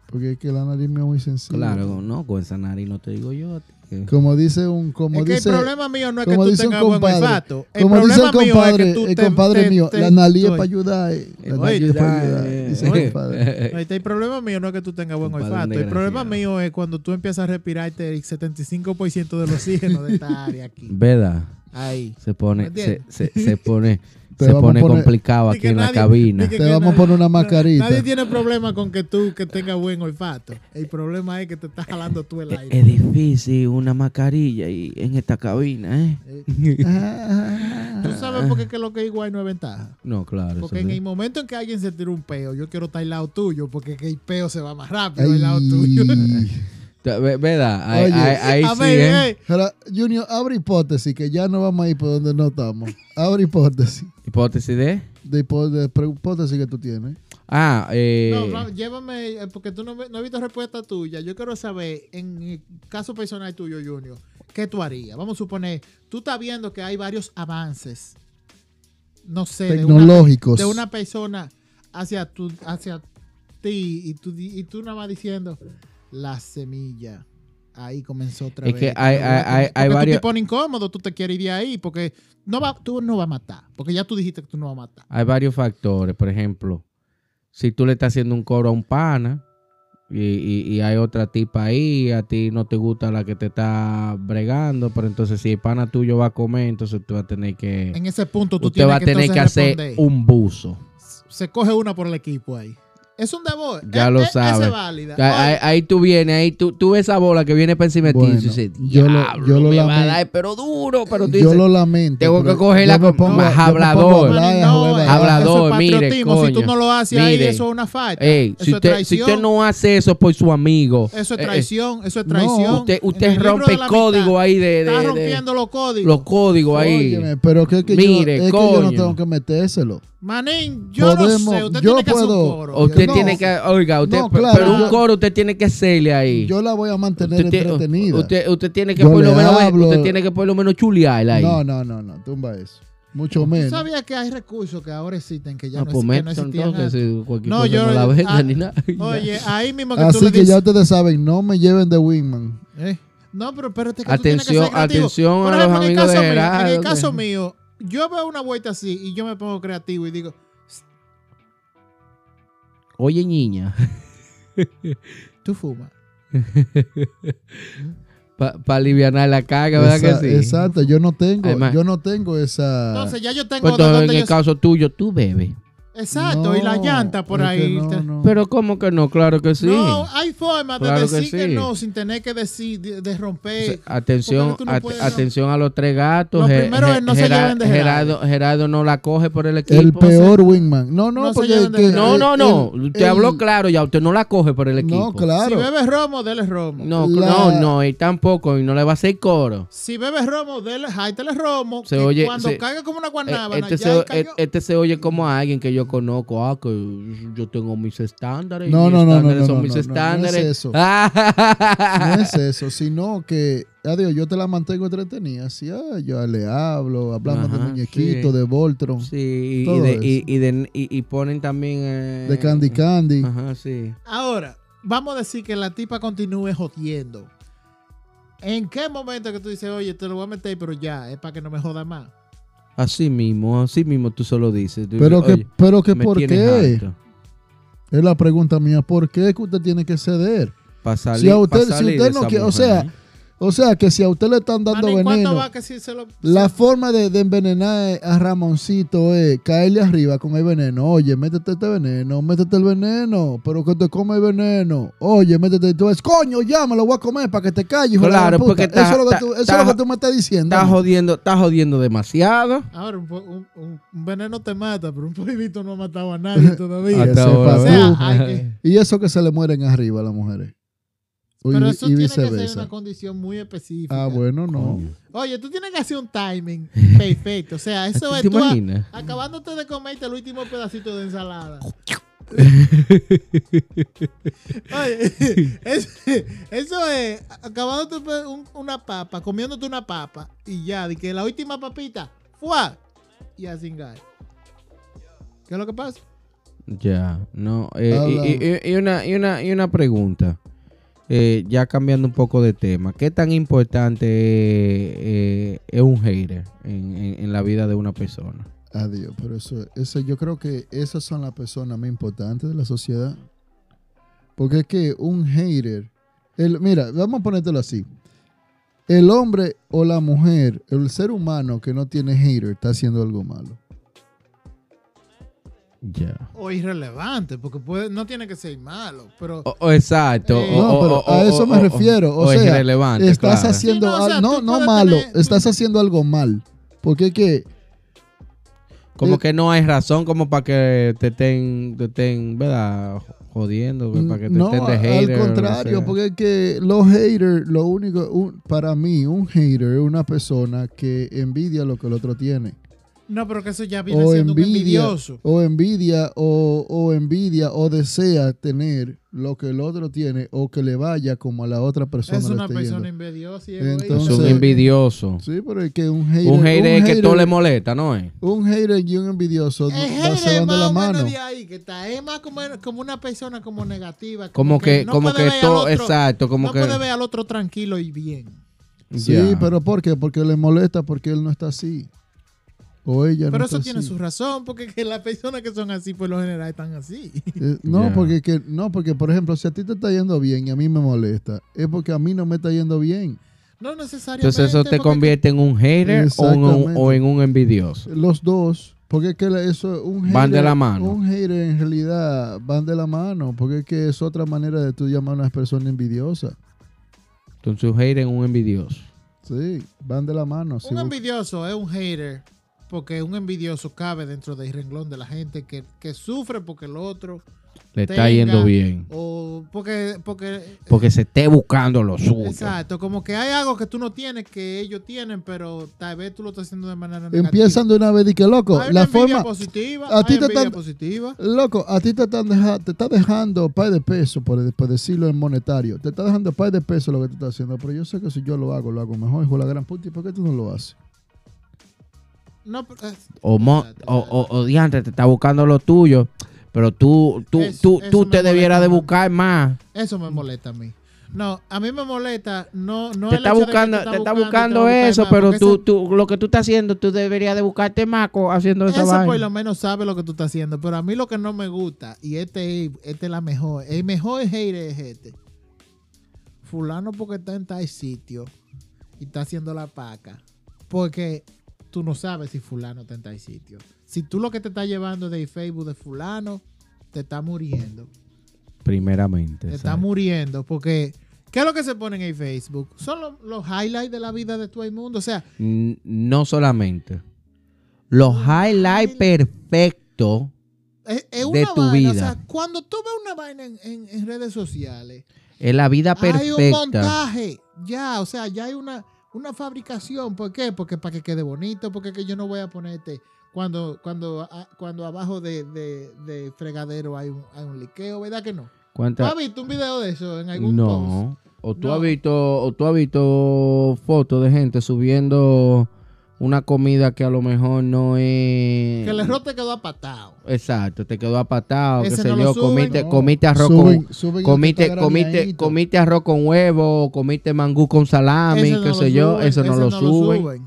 [SPEAKER 1] Porque es que la nariz mía es muy sensible.
[SPEAKER 3] Claro, no, con esa nariz no te digo yo. a ti que-
[SPEAKER 1] Como dice un, como
[SPEAKER 2] es que
[SPEAKER 1] dice,
[SPEAKER 2] el problema mío no es que
[SPEAKER 1] como
[SPEAKER 2] tú
[SPEAKER 1] dice un
[SPEAKER 2] tengas buen
[SPEAKER 1] compadre,
[SPEAKER 2] olfato. El
[SPEAKER 1] como dice
[SPEAKER 2] problema
[SPEAKER 1] el compadre,
[SPEAKER 2] mío es que tú
[SPEAKER 1] el
[SPEAKER 2] te-
[SPEAKER 1] compadre
[SPEAKER 2] te-
[SPEAKER 1] mío,
[SPEAKER 2] te-
[SPEAKER 1] la nariz es
[SPEAKER 2] estoy-
[SPEAKER 1] para ayudar. eh. La
[SPEAKER 3] Oye,
[SPEAKER 1] nariz es para
[SPEAKER 3] ayudar,
[SPEAKER 1] ayudar.
[SPEAKER 3] eh.
[SPEAKER 1] dice el compadre.
[SPEAKER 3] [laughs]
[SPEAKER 2] Ahorita El problema mío no es que tú tengas buen
[SPEAKER 3] Compadre, un
[SPEAKER 2] olfato. El
[SPEAKER 3] desgraciado.
[SPEAKER 2] problema mío es cuando tú empiezas a respirarte el 75% del oxígeno de esta área aquí.
[SPEAKER 3] ¿Verdad?
[SPEAKER 2] Ahí.
[SPEAKER 3] Se pone,
[SPEAKER 2] ¿Me
[SPEAKER 3] se, se, se pone,
[SPEAKER 1] Te
[SPEAKER 3] se
[SPEAKER 1] vamos a
[SPEAKER 3] pone
[SPEAKER 1] poner-
[SPEAKER 3] complicado
[SPEAKER 2] Di
[SPEAKER 3] aquí
[SPEAKER 2] que
[SPEAKER 3] en la
[SPEAKER 2] nadie-
[SPEAKER 3] cabina.
[SPEAKER 2] di que-
[SPEAKER 1] Te vamos a poner una mascarita.
[SPEAKER 2] Nadie tiene problema con que tú que tengas buen olfato. El problema es que te estás jalando tú el
[SPEAKER 1] Eh,
[SPEAKER 3] Es,
[SPEAKER 2] aire.
[SPEAKER 3] es difícil una mascarilla y en esta cabina, ¿eh?
[SPEAKER 1] Ah,
[SPEAKER 2] Tú sabes por qué que lo que es igual no es ventaja.
[SPEAKER 3] No, claro.
[SPEAKER 2] Porque
[SPEAKER 3] eso
[SPEAKER 2] en
[SPEAKER 3] sí.
[SPEAKER 2] el momento en que
[SPEAKER 1] [laughs]
[SPEAKER 2] alguien se tira un peo, yo quiero estar al lado tuyo, [laughs] porque que el peo se va más rápido
[SPEAKER 1] ay.
[SPEAKER 2] al lado tuyo.
[SPEAKER 3] Ve- ¿Verdad? Ahí,
[SPEAKER 1] Oye.
[SPEAKER 3] ahí- ahí
[SPEAKER 2] A
[SPEAKER 3] sí,
[SPEAKER 2] ver,
[SPEAKER 3] ¿eh?
[SPEAKER 2] ey,
[SPEAKER 1] Pero, Junior, abre hipótesis, que ya no vamos a ir por donde no estamos. Abre hipótesis.
[SPEAKER 3] Hipótesis de.
[SPEAKER 1] De, hipo- de pre- hipótesis que tú tienes.
[SPEAKER 3] Ah, eh,
[SPEAKER 2] No, Fran, llévame, eh, porque tú no, me- no he visto respuesta tuya. Yo quiero saber, en el caso personal tuyo, Junior, ¿qué tú harías? Vamos a suponer, tú estás viendo que hay varios avances, no sé, de una-
[SPEAKER 3] Pues
[SPEAKER 1] Tecnológicos.
[SPEAKER 2] de una persona hacia tu, hacia ti y tú, di- y tú nada más diciendo la semilla. Ahí comenzó otra
[SPEAKER 3] Es
[SPEAKER 2] vez.
[SPEAKER 3] que hay- hay- hay- hay
[SPEAKER 2] Porque tú
[SPEAKER 3] varios-
[SPEAKER 2] te pones incómodo, tú te quieres ir de ahí porque no va, tú no vas a matar. Porque ya tú dijiste que tú no vas a matar.
[SPEAKER 3] hay varios factores. Por ejemplo, si tú le estás haciendo un cobro a un pana y, y- y hay otra tipa ahí, a ti no te gusta la que te está bregando, pero entonces si el pana tuyo va a comer, entonces tú vas a tener que.
[SPEAKER 2] En ese punto tú
[SPEAKER 3] Usted
[SPEAKER 2] tienes
[SPEAKER 3] va a tener que
[SPEAKER 2] entonces
[SPEAKER 3] hacer
[SPEAKER 2] responder.
[SPEAKER 3] un buzo.
[SPEAKER 2] se coge una por el equipo ahí. Es un debo.
[SPEAKER 3] Ya lo sabe.
[SPEAKER 2] Es válida.
[SPEAKER 3] O sea, ahí,
[SPEAKER 2] Oye,
[SPEAKER 3] ahí tú vienes, ahí tú, tú ves esa bola que viene para encima de ti
[SPEAKER 1] Bueno,
[SPEAKER 3] y tú dices,
[SPEAKER 1] yo lo-
[SPEAKER 3] "Diablo,
[SPEAKER 1] yo lo
[SPEAKER 3] me va a
[SPEAKER 1] lamen-
[SPEAKER 3] dar, pero duro, pero tú
[SPEAKER 1] yo
[SPEAKER 3] dices,
[SPEAKER 1] lo lamento.
[SPEAKER 3] tengo que
[SPEAKER 1] pero
[SPEAKER 3] cogerla
[SPEAKER 1] yo me
[SPEAKER 3] con-
[SPEAKER 1] pongo a- yo me
[SPEAKER 3] más
[SPEAKER 1] pongo a
[SPEAKER 3] hablador.
[SPEAKER 1] hablar y a
[SPEAKER 2] no,
[SPEAKER 1] jugar
[SPEAKER 2] eh,
[SPEAKER 1] vaina.
[SPEAKER 3] Hablador,
[SPEAKER 2] eso es
[SPEAKER 3] mire,
[SPEAKER 2] patriotismo. Si tú
[SPEAKER 3] coño.
[SPEAKER 2] no lo haces
[SPEAKER 3] Mire.
[SPEAKER 2] ahí, eso es una falta.
[SPEAKER 3] "Ey,
[SPEAKER 2] eso
[SPEAKER 3] si
[SPEAKER 2] es
[SPEAKER 3] usted, si
[SPEAKER 2] traición.
[SPEAKER 3] usted no hace eso por su amigo,
[SPEAKER 2] Eso es
[SPEAKER 3] eh, eh,
[SPEAKER 2] traición. eso es
[SPEAKER 1] no,
[SPEAKER 2] traición.
[SPEAKER 3] usted,
[SPEAKER 2] En
[SPEAKER 3] usted
[SPEAKER 2] el libro
[SPEAKER 3] rompe
[SPEAKER 2] de
[SPEAKER 3] el
[SPEAKER 2] la
[SPEAKER 3] código
[SPEAKER 2] mitad,
[SPEAKER 3] ahí de,
[SPEAKER 2] Está
[SPEAKER 3] de- de-
[SPEAKER 2] rompiendo los códigos.
[SPEAKER 3] los códigos ahí.
[SPEAKER 1] Óyeme, pero que, es que,
[SPEAKER 3] Mire,
[SPEAKER 1] yo, es que yo no
[SPEAKER 3] coño.
[SPEAKER 1] tengo que metérselo.
[SPEAKER 2] Manín, yo no
[SPEAKER 1] Podemos-
[SPEAKER 2] sé. Usted
[SPEAKER 1] yo
[SPEAKER 2] tiene que hacer un
[SPEAKER 1] puedo-
[SPEAKER 2] coro.
[SPEAKER 3] Usted
[SPEAKER 1] No.
[SPEAKER 3] tiene que, oiga, usted,
[SPEAKER 1] No, claro,
[SPEAKER 3] pero un
[SPEAKER 1] yo-
[SPEAKER 3] coro usted tiene que hacerle ahí.
[SPEAKER 1] Yo la voy a mantener
[SPEAKER 3] usted, tiene-
[SPEAKER 1] entretenida.
[SPEAKER 3] usted, usted tiene que
[SPEAKER 1] Yo
[SPEAKER 3] por
[SPEAKER 1] le
[SPEAKER 3] lo menos,
[SPEAKER 1] hablo.
[SPEAKER 3] usted tiene que por lo menos chulearla ahí. Ah,
[SPEAKER 1] No, no, no, no, tumba eso. Mucho
[SPEAKER 2] ¿Tú
[SPEAKER 1] menos.
[SPEAKER 2] sabías que hay recursos que ahora existen que ya
[SPEAKER 3] Ah,
[SPEAKER 2] no,
[SPEAKER 3] pues,
[SPEAKER 2] existen- que no
[SPEAKER 3] métanse,
[SPEAKER 2] existían
[SPEAKER 3] entonces,
[SPEAKER 2] antes?
[SPEAKER 3] cualquier
[SPEAKER 2] No,
[SPEAKER 3] cosa
[SPEAKER 2] yo-
[SPEAKER 3] no la vendan
[SPEAKER 2] ah,
[SPEAKER 3] ni nada.
[SPEAKER 2] Oye, ahí mismo que tú
[SPEAKER 1] Así
[SPEAKER 2] le
[SPEAKER 1] que ya
[SPEAKER 2] dices.
[SPEAKER 1] ustedes saben, no me lleven de Wingman.
[SPEAKER 2] Eh, No, pero espérate que tú
[SPEAKER 3] Atención,
[SPEAKER 2] tienes que ser creativo.
[SPEAKER 3] atención
[SPEAKER 2] Por
[SPEAKER 3] a
[SPEAKER 2] ejemplo,
[SPEAKER 3] los
[SPEAKER 2] en el
[SPEAKER 3] amigos
[SPEAKER 2] caso
[SPEAKER 3] de
[SPEAKER 2] mío, en
[SPEAKER 3] Gerardo,
[SPEAKER 2] el caso
[SPEAKER 3] que-
[SPEAKER 2] mío, yo veo una vuelta así y yo me pongo creativo y digo,
[SPEAKER 3] Oye, niña,
[SPEAKER 2] tú fumas.
[SPEAKER 3] Ah. para aliviar la carga, ¿verdad
[SPEAKER 1] Esa-
[SPEAKER 3] que sí?
[SPEAKER 1] Exacto, yo no tengo,
[SPEAKER 3] Además-
[SPEAKER 1] yo no tengo esa.
[SPEAKER 2] Entonces ya yo tengo
[SPEAKER 3] Pues
[SPEAKER 2] de
[SPEAKER 3] entonces,
[SPEAKER 2] dónde
[SPEAKER 3] en
[SPEAKER 2] yo-
[SPEAKER 3] el caso tuyo, tú bebes.
[SPEAKER 2] Exacto,
[SPEAKER 1] No,
[SPEAKER 2] y la llanta por
[SPEAKER 1] es que
[SPEAKER 2] ahí.
[SPEAKER 1] no,
[SPEAKER 2] te-
[SPEAKER 1] no.
[SPEAKER 3] Pero ¿cómo que no? Claro que sí.
[SPEAKER 2] No, hay formas de
[SPEAKER 3] Claro que
[SPEAKER 2] decir que,
[SPEAKER 3] sí.
[SPEAKER 2] no sin tener que decir, de, de
[SPEAKER 3] O sea,
[SPEAKER 2] romper.
[SPEAKER 3] atención,
[SPEAKER 2] ¿por qué tú no
[SPEAKER 3] at-
[SPEAKER 2] puedes, no?
[SPEAKER 3] atención a los tres gatos.
[SPEAKER 2] Lo
[SPEAKER 3] Ge-
[SPEAKER 2] primero es no se
[SPEAKER 3] Gera-
[SPEAKER 2] lleven de Gerardo.
[SPEAKER 3] Gerardo. Gerardo no la coge por el equipo.
[SPEAKER 1] el peor Wingman. No, no,
[SPEAKER 2] No se
[SPEAKER 1] porque.
[SPEAKER 2] lleven de
[SPEAKER 1] que-
[SPEAKER 2] nada.
[SPEAKER 3] No, no, no.
[SPEAKER 1] el-
[SPEAKER 3] Usted
[SPEAKER 1] el-
[SPEAKER 3] habló claro ya. Usted no la coge por el equipo.
[SPEAKER 1] No, claro.
[SPEAKER 2] Si bebes romo, dele romo.
[SPEAKER 3] No,
[SPEAKER 1] La-
[SPEAKER 3] no, no, él tampoco. Y no le va a hacer coro.
[SPEAKER 2] Si bebes romo, dele, jaítele romo.
[SPEAKER 3] Se
[SPEAKER 2] que
[SPEAKER 3] oye-
[SPEAKER 2] cuando
[SPEAKER 3] se-
[SPEAKER 2] caiga como una
[SPEAKER 3] Eh,
[SPEAKER 2] guanábana,
[SPEAKER 3] Este
[SPEAKER 2] ya
[SPEAKER 3] se,
[SPEAKER 2] ahí cayó.
[SPEAKER 3] eh, este se oye como a alguien que yo conozco. Ah, que yo tengo mis estándares. y
[SPEAKER 1] No,
[SPEAKER 3] mis
[SPEAKER 1] no, no, no,
[SPEAKER 3] estándares
[SPEAKER 1] no,
[SPEAKER 3] Son
[SPEAKER 1] no,
[SPEAKER 3] mis
[SPEAKER 1] no, no, no es
[SPEAKER 3] estándares. [laughs] Ah,
[SPEAKER 1] eso. No
[SPEAKER 2] [laughs]
[SPEAKER 1] es eso, sino que, adiós, yo te la mantengo entretenida. Así, ah, yo le hablo, hablamos de
[SPEAKER 3] Ajá,
[SPEAKER 1] muñequitos,
[SPEAKER 3] sí.
[SPEAKER 1] de Voltron,
[SPEAKER 3] Sí, y- y,
[SPEAKER 1] Todo
[SPEAKER 3] de-
[SPEAKER 1] eso.
[SPEAKER 3] y, y de- y- y ponen también... eh,
[SPEAKER 1] de Candy Candy.
[SPEAKER 3] Ajá, sí.
[SPEAKER 2] Ahora, vamos a decir que la tipa continúe jodiendo. ¿En qué momento que tú dices, oye, te lo voy a meter, pero ya, es para que no me joda más?
[SPEAKER 3] Así mismo, así mismo tú solo dices. Tú
[SPEAKER 1] Pero
[SPEAKER 3] dices,
[SPEAKER 1] que, pero que
[SPEAKER 3] "Oye, me
[SPEAKER 1] ¿por
[SPEAKER 3] tienes
[SPEAKER 1] qué?
[SPEAKER 3] harto".
[SPEAKER 1] Es la pregunta mía, ¿por qué que usted tiene que ceder?
[SPEAKER 3] Pa' salir-
[SPEAKER 1] Si a usted-
[SPEAKER 3] pa'
[SPEAKER 1] si
[SPEAKER 3] salir
[SPEAKER 1] usted
[SPEAKER 3] de
[SPEAKER 1] no
[SPEAKER 3] esa
[SPEAKER 1] quiere- o
[SPEAKER 3] mujer,
[SPEAKER 1] sea,
[SPEAKER 3] ¿eh?
[SPEAKER 1] O sea, que si a usted le están dando
[SPEAKER 2] Manín, ¿cuánto
[SPEAKER 1] veneno,
[SPEAKER 2] va que si se lo.?
[SPEAKER 1] la forma de, de envenenar a Ramoncito es caerle arriba con el veneno. Oye, métete este veneno, métete el veneno, pero que te come el veneno. Oye, métete y tú es, coño, ya me lo voy a comer para que te calles. hijo de la
[SPEAKER 3] Claro,
[SPEAKER 1] gran
[SPEAKER 3] porque
[SPEAKER 1] puta".
[SPEAKER 3] está-
[SPEAKER 1] eso, es lo que
[SPEAKER 3] está-
[SPEAKER 1] tú, eso
[SPEAKER 3] está-
[SPEAKER 1] es lo que tú me estás diciendo.
[SPEAKER 3] Está jodiendo, está jodiendo demasiado.
[SPEAKER 2] Ahora, un, po- un- un- un veneno te mata, pero un [laughs] polvito no ha matado a nadie todavía.
[SPEAKER 1] sepa
[SPEAKER 3] Hasta ahora.
[SPEAKER 1] tú.
[SPEAKER 3] ¿verdad?
[SPEAKER 2] O sea, hay que-
[SPEAKER 1] Y eso que se le mueren arriba a las mujeres. O
[SPEAKER 2] pero
[SPEAKER 1] y-
[SPEAKER 2] eso
[SPEAKER 1] y
[SPEAKER 2] tiene que ser
[SPEAKER 1] viceversa.
[SPEAKER 2] una condición muy específica.
[SPEAKER 1] Ah, bueno, no.
[SPEAKER 3] Coño.
[SPEAKER 2] Oye, tú tienes que hacer un
[SPEAKER 1] [laughs]
[SPEAKER 2] timing perfecto. O sea, eso
[SPEAKER 3] ¿Tú
[SPEAKER 2] es
[SPEAKER 3] te
[SPEAKER 2] tú a-
[SPEAKER 3] imaginas?
[SPEAKER 2] acabándote de comerte el último pedacito
[SPEAKER 1] [laughs]
[SPEAKER 2] de ensalada. Oye, [laughs] es- eso es acabándote pe- un- una papa, comiéndote una papa y ya, de que la última papita, ¡fua! Y a cingar. ¿Qué es lo que pasa?
[SPEAKER 3] Ya, no. eh, y-
[SPEAKER 1] Habla.
[SPEAKER 3] y, y- y una, y, una, y una pregunta. Eh, ya cambiando un poco de tema. ¿Qué tan importante eh, eh, es un hater en, en- en la vida de una persona?
[SPEAKER 1] Adiós. Ah, Pero eso, eso, yo creo que esas son las personas más importantes de la sociedad. Porque es que un hater. El, mira, vamos a ponértelo así. El hombre o la mujer, el ser humano que no tiene hater, está haciendo algo malo.
[SPEAKER 3] Ya.
[SPEAKER 2] O irrelevante, porque puede- no tiene que ser malo, pero...
[SPEAKER 3] O- o exacto.
[SPEAKER 2] Eh,
[SPEAKER 3] o-
[SPEAKER 1] No,
[SPEAKER 3] o-
[SPEAKER 1] pero
[SPEAKER 3] o-
[SPEAKER 1] a
[SPEAKER 3] o-
[SPEAKER 1] eso me
[SPEAKER 3] o-
[SPEAKER 1] refiero, o
[SPEAKER 3] es
[SPEAKER 1] sea,
[SPEAKER 3] irrelevante,
[SPEAKER 1] Estás
[SPEAKER 3] Ah, claro.
[SPEAKER 1] haciendo
[SPEAKER 2] Sí, no, o sea,
[SPEAKER 1] al- no,
[SPEAKER 2] tú
[SPEAKER 1] no
[SPEAKER 2] puedes
[SPEAKER 1] malo,
[SPEAKER 2] tener-
[SPEAKER 1] estás haciendo algo mal. Porque es que Eh,
[SPEAKER 3] Como que no hay razón como para que te estén, te estén, ¿verdad? jodiendo que para que te
[SPEAKER 1] no,
[SPEAKER 3] estén de
[SPEAKER 1] a-
[SPEAKER 3] hater. o
[SPEAKER 1] al
[SPEAKER 3] lo que
[SPEAKER 1] contrario,
[SPEAKER 3] sea.
[SPEAKER 1] porque es que los haters, lo único, un- para mí, un hater es una persona que envidia lo que el otro tiene.
[SPEAKER 2] No, pero que eso ya viene
[SPEAKER 1] O
[SPEAKER 2] siendo un
[SPEAKER 1] envidia,
[SPEAKER 2] envidioso.
[SPEAKER 1] o envidia, o, o envidia, o desea tener lo que el otro tiene, o que le vaya como a la otra persona.
[SPEAKER 2] Es
[SPEAKER 1] le
[SPEAKER 2] una
[SPEAKER 1] esté
[SPEAKER 2] persona
[SPEAKER 1] yendo.
[SPEAKER 2] envidiosa y egoísta.
[SPEAKER 3] Es
[SPEAKER 1] entonces-
[SPEAKER 3] un envidioso.
[SPEAKER 1] Sí, pero es que un hater.
[SPEAKER 3] un hater es que todo le
[SPEAKER 1] hater-
[SPEAKER 3] molesta, ¿no es?
[SPEAKER 1] un hater y un envidioso
[SPEAKER 2] El
[SPEAKER 1] va-
[SPEAKER 2] hater
[SPEAKER 1] se van de
[SPEAKER 2] más
[SPEAKER 1] la
[SPEAKER 2] o menos
[SPEAKER 1] mano.
[SPEAKER 2] de ahí, que está, es más como, como una persona como negativa.
[SPEAKER 3] Como que,
[SPEAKER 2] no
[SPEAKER 3] como
[SPEAKER 2] puede
[SPEAKER 3] que
[SPEAKER 2] ver al
[SPEAKER 3] todo,
[SPEAKER 2] otro-
[SPEAKER 3] exacto, como
[SPEAKER 2] no
[SPEAKER 3] que.
[SPEAKER 2] puede ver al otro tranquilo y bien.
[SPEAKER 1] Sí,
[SPEAKER 3] Ya.
[SPEAKER 1] pero ¿por qué? Porque le molesta porque él no está así. O ella
[SPEAKER 2] Pero
[SPEAKER 1] no
[SPEAKER 2] eso
[SPEAKER 1] está
[SPEAKER 2] tiene
[SPEAKER 1] así. Eh,
[SPEAKER 2] su razón, porque que las personas que son así, por lo general, están así. [laughs]
[SPEAKER 1] Eh, No,
[SPEAKER 3] Ya.
[SPEAKER 1] porque que, no, porque por ejemplo, si a ti te está yendo bien y a mí me molesta, es porque a mí no me está yendo bien.
[SPEAKER 2] No necesariamente.
[SPEAKER 3] Entonces eso te
[SPEAKER 2] porque-
[SPEAKER 3] convierte en un hater o en un,
[SPEAKER 1] Exactamente.
[SPEAKER 3] o en un envidioso.
[SPEAKER 1] Los dos, porque es que la- eso es un hater,
[SPEAKER 3] Van de la mano.
[SPEAKER 1] Un hater en realidad van de la mano, porque es que es otra manera de tú llamar a una persona envidiosa.
[SPEAKER 3] Entonces un hater en un envidioso.
[SPEAKER 1] Sí, van de la mano. Si
[SPEAKER 2] Un
[SPEAKER 1] bu-
[SPEAKER 2] envidioso es un hater, porque un envidioso cabe dentro del renglón de la gente que, que sufre porque el otro,
[SPEAKER 3] Le está
[SPEAKER 2] Tenga-
[SPEAKER 3] yendo bien.
[SPEAKER 2] o porque, porque
[SPEAKER 3] Porque se esté buscando lo suyo.
[SPEAKER 2] Exacto, como que hay algo que tú no tienes que ellos tienen, pero tal vez tú lo estás haciendo de manera negativa.
[SPEAKER 1] Empiezan de una vez y que loco,
[SPEAKER 2] Hay una
[SPEAKER 1] la
[SPEAKER 2] envidia
[SPEAKER 1] forma,
[SPEAKER 2] positiva,
[SPEAKER 1] a
[SPEAKER 2] hay
[SPEAKER 1] ti te
[SPEAKER 2] envidia
[SPEAKER 1] están-
[SPEAKER 2] positiva.
[SPEAKER 1] Loco, a ti te, están deja- te está dejando par de pesos, por, por decirlo en monetario. Te está dejando par de pesos lo que tú estás haciendo. Pero yo sé que si yo lo hago, lo hago mejor. Hijo de la gran puta, ¿y por qué tú no lo haces?
[SPEAKER 2] No, pero es-
[SPEAKER 3] O, mo-
[SPEAKER 2] Exacto,
[SPEAKER 3] o, o, o diantre, te está buscando lo tuyo. Pero tú, tú,
[SPEAKER 2] Eso-
[SPEAKER 3] tú,
[SPEAKER 2] eso
[SPEAKER 3] tú
[SPEAKER 2] me
[SPEAKER 3] te
[SPEAKER 2] molesta
[SPEAKER 3] debieras de
[SPEAKER 2] más.
[SPEAKER 3] buscar más.
[SPEAKER 2] eso me molesta a mí. No, a mí me molesta, no, no
[SPEAKER 3] te
[SPEAKER 2] el
[SPEAKER 3] está
[SPEAKER 2] hecho de que
[SPEAKER 3] buscando, te está
[SPEAKER 2] y te va
[SPEAKER 3] buscando
[SPEAKER 2] a buscar
[SPEAKER 3] eso,
[SPEAKER 2] más,
[SPEAKER 3] pero
[SPEAKER 2] porque
[SPEAKER 3] tú,
[SPEAKER 2] ese-
[SPEAKER 3] tú, lo que tú estás haciendo, tú deberías de buscarte más co- haciendo esa
[SPEAKER 2] Ese
[SPEAKER 3] vaina.
[SPEAKER 2] por lo menos sabe lo que tú estás haciendo, pero a mí lo que no me gusta, y este, es- este es la mejor, el mejor hater es este. Fulano porque está en tal sitio y está haciendo la paca, porque tú no sabes si fulano está en tal sitio. Si tú lo que te está llevando de Facebook de fulano, te está muriendo.
[SPEAKER 3] Primeramente.
[SPEAKER 2] Te está
[SPEAKER 3] exacto.
[SPEAKER 2] muriendo, porque... ¿Qué es lo que se pone en el Facebook? Son los, los highlights de la vida de todo el mundo. O sea,
[SPEAKER 3] N- No solamente. Los highlights perfectos.
[SPEAKER 2] Es, es
[SPEAKER 3] de
[SPEAKER 2] una
[SPEAKER 3] tu
[SPEAKER 2] vaina.
[SPEAKER 3] vida.
[SPEAKER 2] O sea, cuando tú ves una vaina en, en- en redes sociales,
[SPEAKER 3] Es la vida
[SPEAKER 2] hay un
[SPEAKER 3] perfecta.
[SPEAKER 2] montaje. Ya, o sea, ya hay una, una fabricación. ¿Por qué? Porque para que quede bonito, porque que yo no voy a ponerte. Cuando, cuando, a- cuando abajo de, de- de fregadero hay un, hay un liqueo, ¿verdad que no? ¿Tú
[SPEAKER 3] ¿Cuántas-
[SPEAKER 2] has visto un video de eso en algún post?
[SPEAKER 3] No. O tú,
[SPEAKER 2] No.
[SPEAKER 3] Has visto, o tú has visto fotos de gente subiendo una comida que a lo mejor no es.
[SPEAKER 2] Que el error te quedó apatado.
[SPEAKER 3] Exacto, te quedó apatado, qué
[SPEAKER 2] Ese
[SPEAKER 3] sé
[SPEAKER 2] no lo
[SPEAKER 3] yo.
[SPEAKER 2] suben.
[SPEAKER 3] Comiste,
[SPEAKER 1] No.
[SPEAKER 3] comiste arroz
[SPEAKER 1] Suben-
[SPEAKER 3] con.
[SPEAKER 1] suben el que
[SPEAKER 3] Comiste,
[SPEAKER 1] está
[SPEAKER 3] comiste,
[SPEAKER 1] graneadito.
[SPEAKER 3] comiste arroz con huevo, comiste mangú con salami,
[SPEAKER 2] Ese no
[SPEAKER 3] qué
[SPEAKER 2] lo
[SPEAKER 3] sé yo,
[SPEAKER 2] suben,
[SPEAKER 3] eso no
[SPEAKER 2] ese
[SPEAKER 3] lo suben,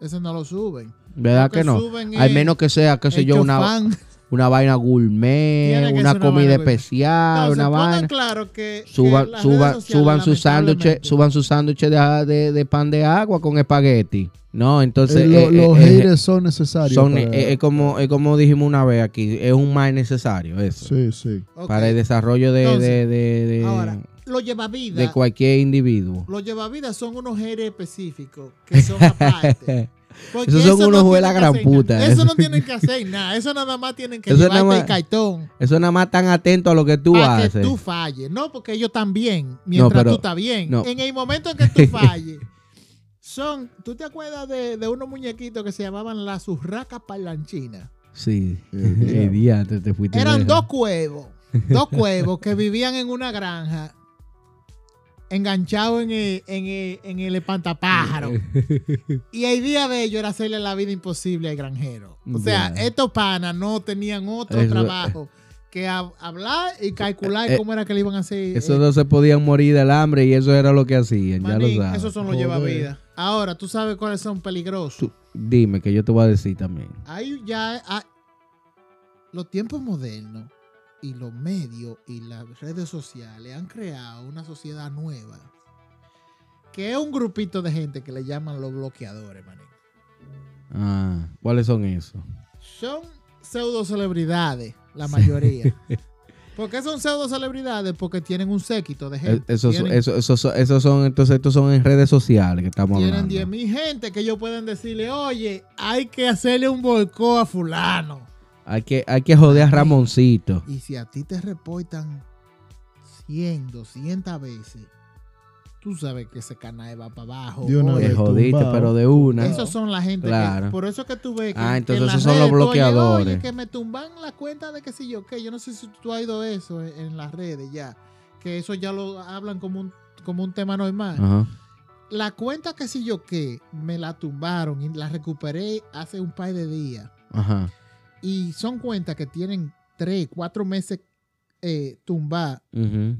[SPEAKER 2] Ese no lo suben.
[SPEAKER 3] ¿verdad
[SPEAKER 2] Lo
[SPEAKER 3] que,
[SPEAKER 2] que
[SPEAKER 3] no?
[SPEAKER 2] suben
[SPEAKER 3] Al
[SPEAKER 2] es
[SPEAKER 3] menos que sea, qué sé yo,
[SPEAKER 2] Hecho
[SPEAKER 3] [laughs] una,
[SPEAKER 2] fan.
[SPEAKER 3] una vaina gourmet,
[SPEAKER 2] Tiene que
[SPEAKER 3] una
[SPEAKER 2] ser una
[SPEAKER 3] comida
[SPEAKER 2] vaina gourmet.
[SPEAKER 3] especial,
[SPEAKER 2] Entonces,
[SPEAKER 3] una
[SPEAKER 2] pongan
[SPEAKER 3] vaina.
[SPEAKER 2] claro que que
[SPEAKER 3] Suban,
[SPEAKER 2] las redes
[SPEAKER 3] suban,
[SPEAKER 2] sociales,
[SPEAKER 3] suban sus
[SPEAKER 2] lamentablemente,
[SPEAKER 3] sándwiches, suban sus sándwiches de, ah, de- de pan de agua con espagueti. No, entonces
[SPEAKER 1] Eh, lo-
[SPEAKER 3] eh,
[SPEAKER 1] los
[SPEAKER 3] eh, eh,
[SPEAKER 1] haters son necesarios.
[SPEAKER 3] son,
[SPEAKER 1] para-
[SPEAKER 3] eh, es como, es como dijimos una vez aquí, es un mal necesario eso.
[SPEAKER 1] sí, sí.
[SPEAKER 2] Ok.
[SPEAKER 3] Para el desarrollo de, de,
[SPEAKER 2] Entonces,
[SPEAKER 3] de- de-
[SPEAKER 2] Ahora, los llevavidas,
[SPEAKER 3] eh, de cualquier individuo.
[SPEAKER 2] los llevavidas son unos haters específicos que
[SPEAKER 3] [laughs]
[SPEAKER 2] son aparte. Porque
[SPEAKER 3] Esos son
[SPEAKER 2] eso
[SPEAKER 3] unos
[SPEAKER 2] tienen
[SPEAKER 3] juegas
[SPEAKER 2] que
[SPEAKER 3] gran
[SPEAKER 2] hacer nada.
[SPEAKER 3] puta.
[SPEAKER 2] Eso no tienen que hacer nada. Eso nada más tienen que
[SPEAKER 3] Eso
[SPEAKER 2] llevarte
[SPEAKER 3] nada más-
[SPEAKER 2] el cartón
[SPEAKER 3] Eso nada más tan atento a lo que tú
[SPEAKER 2] para que
[SPEAKER 3] haces.
[SPEAKER 2] tú falles. No, porque ellos están bien mientras
[SPEAKER 3] pero-
[SPEAKER 2] tú estás bien.
[SPEAKER 3] no.
[SPEAKER 2] En el momento en que
[SPEAKER 3] [laughs]
[SPEAKER 2] tú falles, son. ¿Tú te acuerdas de, de unos muñequitos que se llamaban las urracas parlanchinas?
[SPEAKER 3] Sí,
[SPEAKER 1] [laughs] El diablo.
[SPEAKER 3] El diantre, te fuiste
[SPEAKER 2] Eran
[SPEAKER 3] lejos.
[SPEAKER 2] dos cuevos, dos cuevos que vivían en una granja, enganchados en el, en el- en el
[SPEAKER 3] [laughs]
[SPEAKER 2] espantapájaro. Y el día de ellos era hacerle la vida imposible al granjero. O sea,
[SPEAKER 3] Ya.
[SPEAKER 2] estos panas no tenían otro
[SPEAKER 3] Eso-
[SPEAKER 2] trabajo que hab- hablar y calcular
[SPEAKER 3] Eh,
[SPEAKER 2] cómo era que le iban a hacer.
[SPEAKER 3] Esos
[SPEAKER 2] eh,
[SPEAKER 3] dos se podían morir del hambre y eso era lo que hacían,
[SPEAKER 2] manín,
[SPEAKER 3] ya lo sabes.
[SPEAKER 2] esos son los
[SPEAKER 1] Joder.
[SPEAKER 2] llevavidas. Ahora, tú sabes cuáles son peligrosos.
[SPEAKER 3] Tú- Dime que yo te voy a decir también.
[SPEAKER 2] Ahí ya ah, los tiempos modernos y los medios y las redes sociales han creado una sociedad nueva que es un grupito de gente que le llaman los bloqueadores, manín.
[SPEAKER 3] Ah, ¿cuáles son esos?
[SPEAKER 2] Son pseudo celebridades, la mayoría. ¿Por qué son pseudo celebridades? Porque tienen un séquito de
[SPEAKER 3] Eh,
[SPEAKER 2] gente.
[SPEAKER 3] Esos,
[SPEAKER 2] tienen
[SPEAKER 3] esos, esos, esos son, entonces estos son en redes sociales que estamos
[SPEAKER 2] tienen
[SPEAKER 3] hablando.
[SPEAKER 2] 10.000 gente que ellos pueden decirle, oye, hay que hacerle un boicot a fulano.
[SPEAKER 3] Hay que, hay que joder a Ramoncito.
[SPEAKER 2] Y si a ti te reportan 100, 200 veces, tú sabes que ese canal va para abajo.
[SPEAKER 1] De una
[SPEAKER 2] oye.
[SPEAKER 1] vez.
[SPEAKER 3] Te jodiste,
[SPEAKER 1] tumbado.
[SPEAKER 3] pero de una.
[SPEAKER 2] Esos son la gente. que-
[SPEAKER 3] Claro.
[SPEAKER 2] por eso que tú ves que.
[SPEAKER 3] Ah,
[SPEAKER 2] que
[SPEAKER 3] entonces
[SPEAKER 2] en las
[SPEAKER 3] esos son
[SPEAKER 2] redes,
[SPEAKER 3] los
[SPEAKER 2] tú oyes,
[SPEAKER 3] bloqueadores.
[SPEAKER 2] "Oye, que me tumban la cuenta de que si yo qué. Yo no sé si tú has oído eso en, en las redes ya. Que eso ya lo hablan como un, como un tema normal.
[SPEAKER 3] Ajá.
[SPEAKER 2] La cuenta que si yo qué me la tumbaron y la recuperé hace un par de días.
[SPEAKER 3] Ajá.
[SPEAKER 2] Y son cuentas que tienen tres, cuatro meses eh, tumbadas
[SPEAKER 3] Ujú.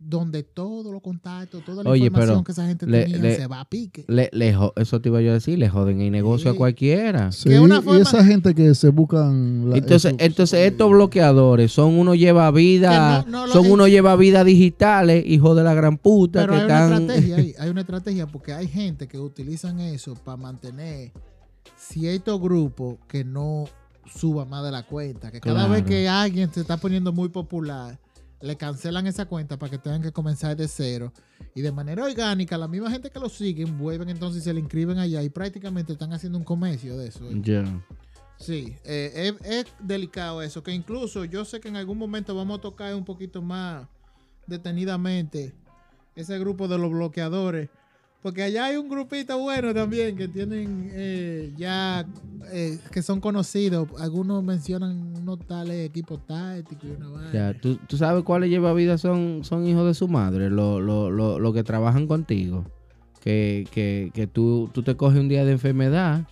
[SPEAKER 2] donde todos los contactos, toda la
[SPEAKER 3] Oye,
[SPEAKER 2] información
[SPEAKER 3] pero
[SPEAKER 2] que esa gente
[SPEAKER 3] le-
[SPEAKER 2] tenía
[SPEAKER 3] le-
[SPEAKER 2] se va a pique.
[SPEAKER 3] Le- le jo- eso te iba yo a decir, le joden el negocio
[SPEAKER 2] Sí.
[SPEAKER 3] a cualquiera.
[SPEAKER 1] Sí,
[SPEAKER 2] Que una
[SPEAKER 1] y
[SPEAKER 2] forma-
[SPEAKER 1] esa gente que se buscan... la-
[SPEAKER 3] Entonces,
[SPEAKER 1] esos- eh,
[SPEAKER 3] entonces estos bloqueadores son unos lleva vida,
[SPEAKER 2] Que no- no lo-
[SPEAKER 3] son
[SPEAKER 2] eh,
[SPEAKER 3] unos lleva vida digitales, hijo de la gran puta,
[SPEAKER 2] Pero
[SPEAKER 3] que
[SPEAKER 2] hay una
[SPEAKER 3] están.
[SPEAKER 2] estrategia
[SPEAKER 3] [laughs]
[SPEAKER 2] ahí, hay una estrategia porque hay gente que utilizan eso para mantener cierto grupo que no suba más de la cuenta. Que cada
[SPEAKER 3] Claro.
[SPEAKER 2] vez que alguien se está poniendo muy popular, le cancelan esa cuenta para que tengan que comenzar de cero. Y de manera orgánica, la misma gente que lo siguen vuelven entonces y se le inscriben allá y prácticamente están haciendo un comercio de eso.
[SPEAKER 3] Ya.
[SPEAKER 2] Sí, eh, es, es delicado eso, que incluso yo sé que en algún momento vamos a tocar un poquito más detenidamente ese grupo de los bloqueadores, porque allá hay un grupito bueno también que tienen eh, ya, eh, que son conocidos, algunos mencionan unos tales equipos tácticos y una vaina.
[SPEAKER 3] Ya, ¿Tú, tú sabes cuáles lleva vida son, son hijos de su madre, los lo, lo- lo que trabajan contigo. Que, que, que tú, tú te coges un día de enfermedad,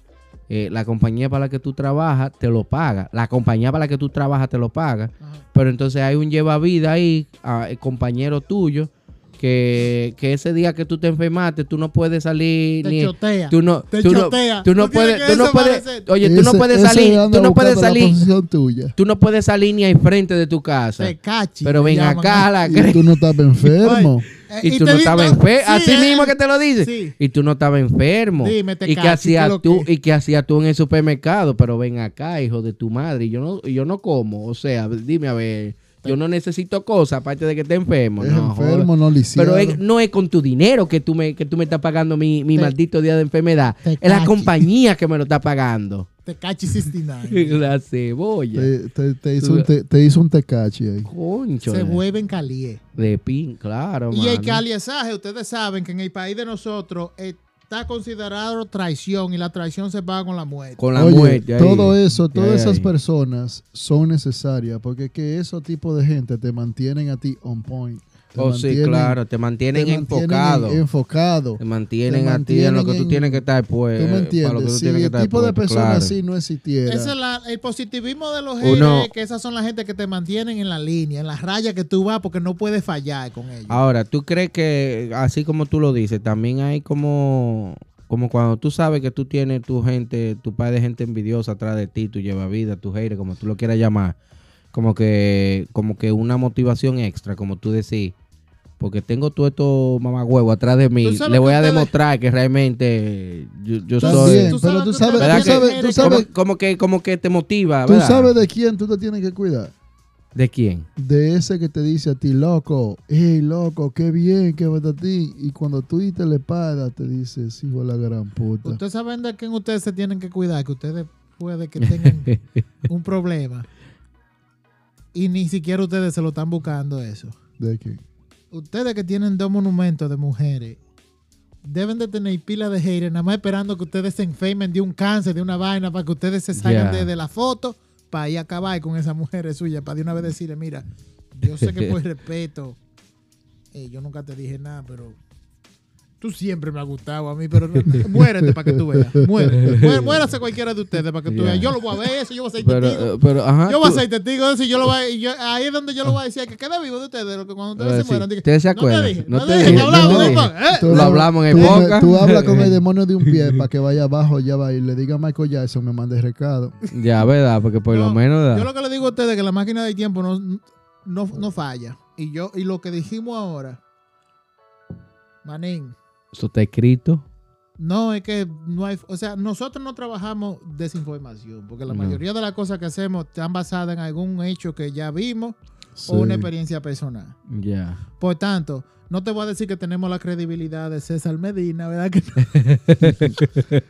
[SPEAKER 3] eh, la compañía para la que tú trabajas te lo paga, la compañía para la que tú trabajas te lo paga,
[SPEAKER 2] Ajá.
[SPEAKER 3] pero entonces hay un lleva vida ahí, a- eh, compañero tuyo, que, que ese día que tú te enfermaste, tú no puedes salir
[SPEAKER 2] Te
[SPEAKER 3] ni...
[SPEAKER 2] chotea.
[SPEAKER 3] Tú no,
[SPEAKER 2] te
[SPEAKER 3] tú no,
[SPEAKER 2] chotea.
[SPEAKER 3] tú no
[SPEAKER 2] Tú tienes
[SPEAKER 3] puedes,
[SPEAKER 2] que
[SPEAKER 3] tú no puedes,
[SPEAKER 2] desaparecer.
[SPEAKER 3] oye, tú no
[SPEAKER 1] ese-
[SPEAKER 3] puedes
[SPEAKER 1] ese
[SPEAKER 3] salir,
[SPEAKER 1] anda
[SPEAKER 3] tú no puedes
[SPEAKER 1] buscando
[SPEAKER 3] salir,
[SPEAKER 1] La posición tuya.
[SPEAKER 3] tú no puedes salir ni al frente de tu casa.
[SPEAKER 2] Te cachi.
[SPEAKER 3] Pero
[SPEAKER 2] le
[SPEAKER 3] ven
[SPEAKER 2] llaman,
[SPEAKER 3] acá, la
[SPEAKER 1] Y tú no estás
[SPEAKER 3] [laughs]
[SPEAKER 1] enfermo.
[SPEAKER 2] Eh,
[SPEAKER 3] y tú
[SPEAKER 2] te
[SPEAKER 3] no
[SPEAKER 2] di-
[SPEAKER 3] estabas
[SPEAKER 2] no,
[SPEAKER 3] enfermo.
[SPEAKER 2] sí,
[SPEAKER 3] Así
[SPEAKER 2] eh,
[SPEAKER 3] mismo que te lo dice.
[SPEAKER 2] sí.
[SPEAKER 3] Y tú no estabas enfermo.
[SPEAKER 2] Dime, te
[SPEAKER 3] y que
[SPEAKER 2] cachi,
[SPEAKER 3] hacías
[SPEAKER 2] ¿qué lo
[SPEAKER 3] tú,
[SPEAKER 2] que?
[SPEAKER 3] y que hacías tú en el supermercado. Pero ven acá, hijo de tu madre. y Yo no, y yo no como. O sea, dime a ver, yo no necesito cosas aparte de que esté enfermo.
[SPEAKER 1] Es
[SPEAKER 3] no, joda.
[SPEAKER 1] enfermo, no lo hicieron.
[SPEAKER 3] Pero es- no es con tu dinero que tú me, que tú me estás pagando mi, mi
[SPEAKER 2] Te-
[SPEAKER 3] maldito día de enfermedad.
[SPEAKER 2] te
[SPEAKER 3] Es la
[SPEAKER 2] cachi.
[SPEAKER 3] compañía que me lo está pagando.
[SPEAKER 2] Te cachi
[SPEAKER 3] [laughs]
[SPEAKER 2] 69.
[SPEAKER 3] la cebolla.
[SPEAKER 1] te, te- te hizo un te, te hizo un tecachi ahí.
[SPEAKER 3] Concho.
[SPEAKER 2] Se
[SPEAKER 3] de-
[SPEAKER 2] vuelven calientes.
[SPEAKER 3] de pin, claro,
[SPEAKER 2] Y el
[SPEAKER 3] mano.
[SPEAKER 2] caliesaje, ustedes saben que en el país de nosotros está considerado traición y la traición se paga con la muerte.
[SPEAKER 3] Con la
[SPEAKER 1] Oye,
[SPEAKER 3] muerte. ahí.
[SPEAKER 1] todo eso, todas
[SPEAKER 3] Ahí,
[SPEAKER 1] esas
[SPEAKER 3] ahí.
[SPEAKER 1] personas son necesarias porque es que esos tipos de gente te mantienen a ti on point. Te
[SPEAKER 3] Oh, sí,
[SPEAKER 1] mantienen-
[SPEAKER 3] claro, te
[SPEAKER 1] te
[SPEAKER 3] mantienen
[SPEAKER 1] mantienen
[SPEAKER 3] enfocado.
[SPEAKER 1] en- enfocado.
[SPEAKER 3] Te mantienen
[SPEAKER 1] te
[SPEAKER 3] a ti en lo
[SPEAKER 1] mantienen
[SPEAKER 3] que tú
[SPEAKER 1] en-
[SPEAKER 3] tienes que estar pues.
[SPEAKER 1] ¿Tú me
[SPEAKER 3] Para lo que tú
[SPEAKER 1] entiendes? Si
[SPEAKER 3] tienes que
[SPEAKER 1] el
[SPEAKER 3] estar
[SPEAKER 1] tipo de
[SPEAKER 3] puesto,
[SPEAKER 1] personas
[SPEAKER 3] claro.
[SPEAKER 1] así no existiera,
[SPEAKER 2] Ese es la- el positivismo de los
[SPEAKER 3] Uno-
[SPEAKER 2] haters es que esas son la gente que te mantienen en la línea, en las rayas que tú vas porque no puedes fallar con ellos.
[SPEAKER 3] Ahora, ¿tú crees que, así como tú lo dices, también hay como, como cuando tú sabes que tú tienes tu gente, tu padre de gente envidiosa atrás de ti, tu lleva vida, tu haters, como tú lo quieras llamar, como que, como que una motivación extra, como tú decís, porque tengo todo esto mamagüevo atrás de mí,
[SPEAKER 2] Tú sabes
[SPEAKER 3] le voy
[SPEAKER 2] que
[SPEAKER 3] a
[SPEAKER 2] ustedes-
[SPEAKER 3] demostrar que realmente yo, yo
[SPEAKER 1] también,
[SPEAKER 3] soy...
[SPEAKER 1] pero
[SPEAKER 2] tú sabes
[SPEAKER 1] tú
[SPEAKER 2] que
[SPEAKER 1] sabes,
[SPEAKER 3] ustedes
[SPEAKER 1] tú sabes,
[SPEAKER 2] tienen
[SPEAKER 1] tú
[SPEAKER 2] que-
[SPEAKER 1] sabes,
[SPEAKER 3] Como, como que, como que te motiva,
[SPEAKER 1] tú
[SPEAKER 3] ¿verdad?
[SPEAKER 1] sabes de quién tú te tienes que cuidar.
[SPEAKER 3] ¿De quién?
[SPEAKER 1] De ese que te dice a ti, loco, hey, loco, qué bien, qué va a ti. Y cuando tú y te le paras, te dices, hijo de la gran puta.
[SPEAKER 2] Ustedes saben de quién ustedes se tienen que cuidar, que ustedes puede que tengan
[SPEAKER 3] [laughs]
[SPEAKER 2] un problema y ni siquiera ustedes se lo están buscando eso.
[SPEAKER 1] ¿De
[SPEAKER 2] Eh,
[SPEAKER 1] quién?
[SPEAKER 2] Ustedes que tienen dos monumentos de mujeres, deben de tener pila de haters, nada más esperando que ustedes se enfermen de un cáncer, de una vaina, para que ustedes se salgan
[SPEAKER 3] Ya.
[SPEAKER 2] de, de la foto, para ir a acabar con esas mujeres suyas, para de una vez decirle, mira, yo sé que
[SPEAKER 3] [laughs]
[SPEAKER 2] por respeto, eh, yo nunca te dije nada, pero tú siempre me has gustado a mí, pero
[SPEAKER 3] [laughs]
[SPEAKER 2] muérete para que tú veas, muérete, Mué- muérase cualquiera de ustedes para que tú
[SPEAKER 3] Ya.
[SPEAKER 2] veas, yo lo voy a ver eso, yo voy a ser
[SPEAKER 3] Pero,
[SPEAKER 2] testigo.
[SPEAKER 3] eh, pero, ajá,
[SPEAKER 2] Yo voy a
[SPEAKER 3] tú-
[SPEAKER 2] ser testigo de eso y yo lo voy a, y yo- ahí es donde yo lo voy a decir que queda vivo de ustedes, lo que cuando ustedes
[SPEAKER 3] Eh,
[SPEAKER 2] se
[SPEAKER 3] sí.
[SPEAKER 2] mueran, digan,
[SPEAKER 3] Ustedes se
[SPEAKER 2] No
[SPEAKER 3] acuerdan.
[SPEAKER 2] te dije,
[SPEAKER 3] No
[SPEAKER 2] no,
[SPEAKER 3] te
[SPEAKER 2] te dije,
[SPEAKER 3] dije,
[SPEAKER 2] que hablamos,
[SPEAKER 3] no te
[SPEAKER 2] ¿no?
[SPEAKER 3] dije.
[SPEAKER 2] Eh,
[SPEAKER 1] Tú
[SPEAKER 3] Lo
[SPEAKER 1] no-
[SPEAKER 3] hablamos en
[SPEAKER 1] tú-
[SPEAKER 3] época.
[SPEAKER 1] Tú hablas con
[SPEAKER 3] [laughs]
[SPEAKER 1] el demonio de un pie para que vaya abajo, ya va y le diga a Michael Jackson, me mande recado.
[SPEAKER 3] Ya, ¿verdad? Porque por lo
[SPEAKER 2] No,
[SPEAKER 3] menos... da-
[SPEAKER 2] Yo lo que le digo a ustedes es que la máquina del tiempo no, no, no falla. Y yo, y lo que dijimos ahora, Manín,
[SPEAKER 3] Eso está escrito.
[SPEAKER 2] no es que no hay, o sea, nosotros no trabajamos desinformación, porque la
[SPEAKER 3] No.
[SPEAKER 2] mayoría de las cosas que hacemos están basadas en algún hecho que ya vimos
[SPEAKER 1] Sí.
[SPEAKER 2] o una experiencia personal.
[SPEAKER 3] Ya.
[SPEAKER 2] Por tanto, no te voy a
[SPEAKER 3] [laughs]
[SPEAKER 2] decir que tenemos la credibilidad de César Medina, ¿verdad? que no?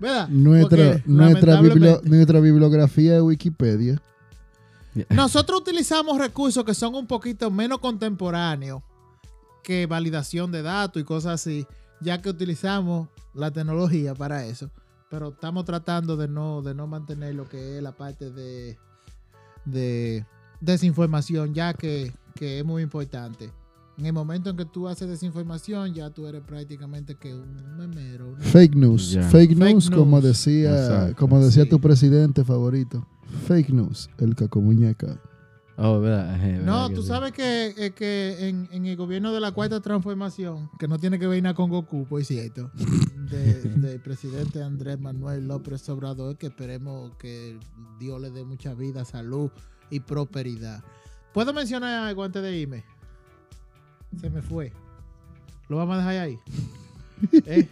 [SPEAKER 2] ¿Verdad?
[SPEAKER 1] Nuestra,
[SPEAKER 2] Porque,
[SPEAKER 1] nuestra, bibli-
[SPEAKER 2] lamentablemente,
[SPEAKER 1] nuestra bibliografía de Wikipedia.
[SPEAKER 2] [laughs] Nosotros utilizamos recursos que son un poquito menos contemporáneos que validación de datos y cosas así, ya que utilizamos la tecnología para eso. Pero estamos tratando de no, de no mantener lo que es la parte de, de desinformación, ya que, que es muy importante. En el momento en que tú haces desinformación, ya tú eres prácticamente que un memero. una-
[SPEAKER 1] Fake news.
[SPEAKER 3] Ya.
[SPEAKER 1] Fake
[SPEAKER 2] Fake
[SPEAKER 1] news, como
[SPEAKER 2] news.
[SPEAKER 1] decía,
[SPEAKER 3] Exacto.
[SPEAKER 1] como decía
[SPEAKER 2] Sí.
[SPEAKER 1] tu presidente favorito. Fake news, el cacomuñeca.
[SPEAKER 3] Oh, verdad. eh, verdad
[SPEAKER 2] No,
[SPEAKER 3] que
[SPEAKER 2] tú
[SPEAKER 3] sí.
[SPEAKER 2] sabes que, eh, que en, en el gobierno de la cuarta transformación, que no tiene que ver nada con Goku, por
[SPEAKER 3] [laughs]
[SPEAKER 2] cierto, de- del presidente Andrés Manuel López Obrador, que esperemos que Dios le dé mucha vida, salud y prosperidad. ¿Puedo mencionar algo antes de irme? Se me fue. ¿Lo vamos a dejar
[SPEAKER 3] [laughs]
[SPEAKER 2] ahí? ¿Eh?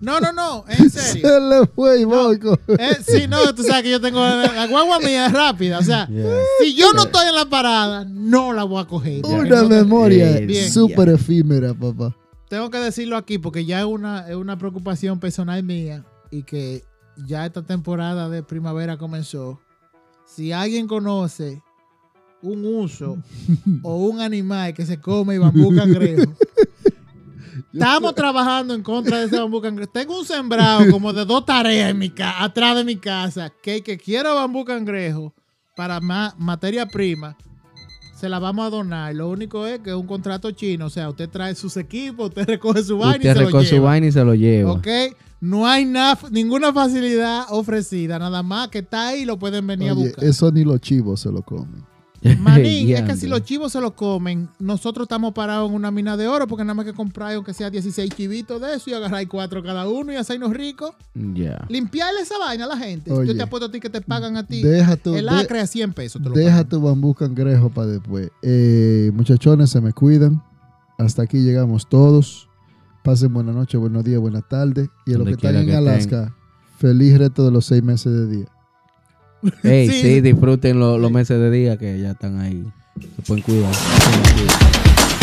[SPEAKER 2] No, no, no, en
[SPEAKER 1] [laughs]
[SPEAKER 2] serio.
[SPEAKER 1] Se le fue y boico.
[SPEAKER 2] Eh, sí, no, tú sabes que yo tengo la, la guagua mía es rápida, o sea,
[SPEAKER 3] Yeah.
[SPEAKER 2] si yo no estoy en la parada, no la voy a coger.
[SPEAKER 3] Ya.
[SPEAKER 1] Una
[SPEAKER 2] Entonces,
[SPEAKER 1] memoria
[SPEAKER 2] Bien.
[SPEAKER 1] súper efímera, papá.
[SPEAKER 2] Tengo que decirlo aquí porque ya es una, es una preocupación personal mía y que ya esta temporada de primavera comenzó. Si alguien conoce un
[SPEAKER 3] [laughs]
[SPEAKER 2] uso o un animal que se come bambú
[SPEAKER 3] [laughs]
[SPEAKER 2] cangrejo, estamos trabajando en contra de ese bambú cangrejo. Tengo un sembrado como de dos tareas en mi ca- atrás de mi casa que el que quiera bambú cangrejo para ma- materia prima se la vamos a donar. Lo único es que es un contrato chino. O sea, usted trae sus equipos, usted recoge su vaina y
[SPEAKER 3] Usted
[SPEAKER 2] se lo
[SPEAKER 3] recoge su
[SPEAKER 2] lleva.
[SPEAKER 3] vaina y se lo lleva. [laughs]
[SPEAKER 2] Ok, no hay na- ninguna facilidad ofrecida, nada más que está ahí lo pueden venir a
[SPEAKER 1] Oye,
[SPEAKER 2] buscar.
[SPEAKER 1] eso ni los chivos se lo comen.
[SPEAKER 2] Manín, es que
[SPEAKER 3] Diantre.
[SPEAKER 2] si los chivos se lo comen, nosotros estamos parados en una mina de oro porque nada más que comprar, aunque sea 16 chivitos de eso y agarrar cuatro cada uno y hacernos ricos. [laughs]
[SPEAKER 3] Ya.
[SPEAKER 2] Limpiarle esa vaina a la gente.
[SPEAKER 1] Oye.
[SPEAKER 2] Yo te apuesto a ti que te pagan a ti
[SPEAKER 1] Deja tu,
[SPEAKER 2] el
[SPEAKER 1] de-
[SPEAKER 2] acre a 100 pesos. Te lo
[SPEAKER 1] deja
[SPEAKER 2] pagan.
[SPEAKER 1] tu bambú cangrejo para después. Eh, muchachones, se me cuidan. Hasta aquí llegamos todos. Pasen buena noche, buenos días, buenas tardes. Y a los
[SPEAKER 3] Donde
[SPEAKER 1] que están
[SPEAKER 3] quiera
[SPEAKER 1] en
[SPEAKER 3] que
[SPEAKER 1] Alaska, feliz resto de los seis meses de día.
[SPEAKER 3] Ey,
[SPEAKER 2] Sí.
[SPEAKER 3] sí, disfruten lo- los meses de día que ya están ahí. Se pueden cuidar. Se pueden cuidar.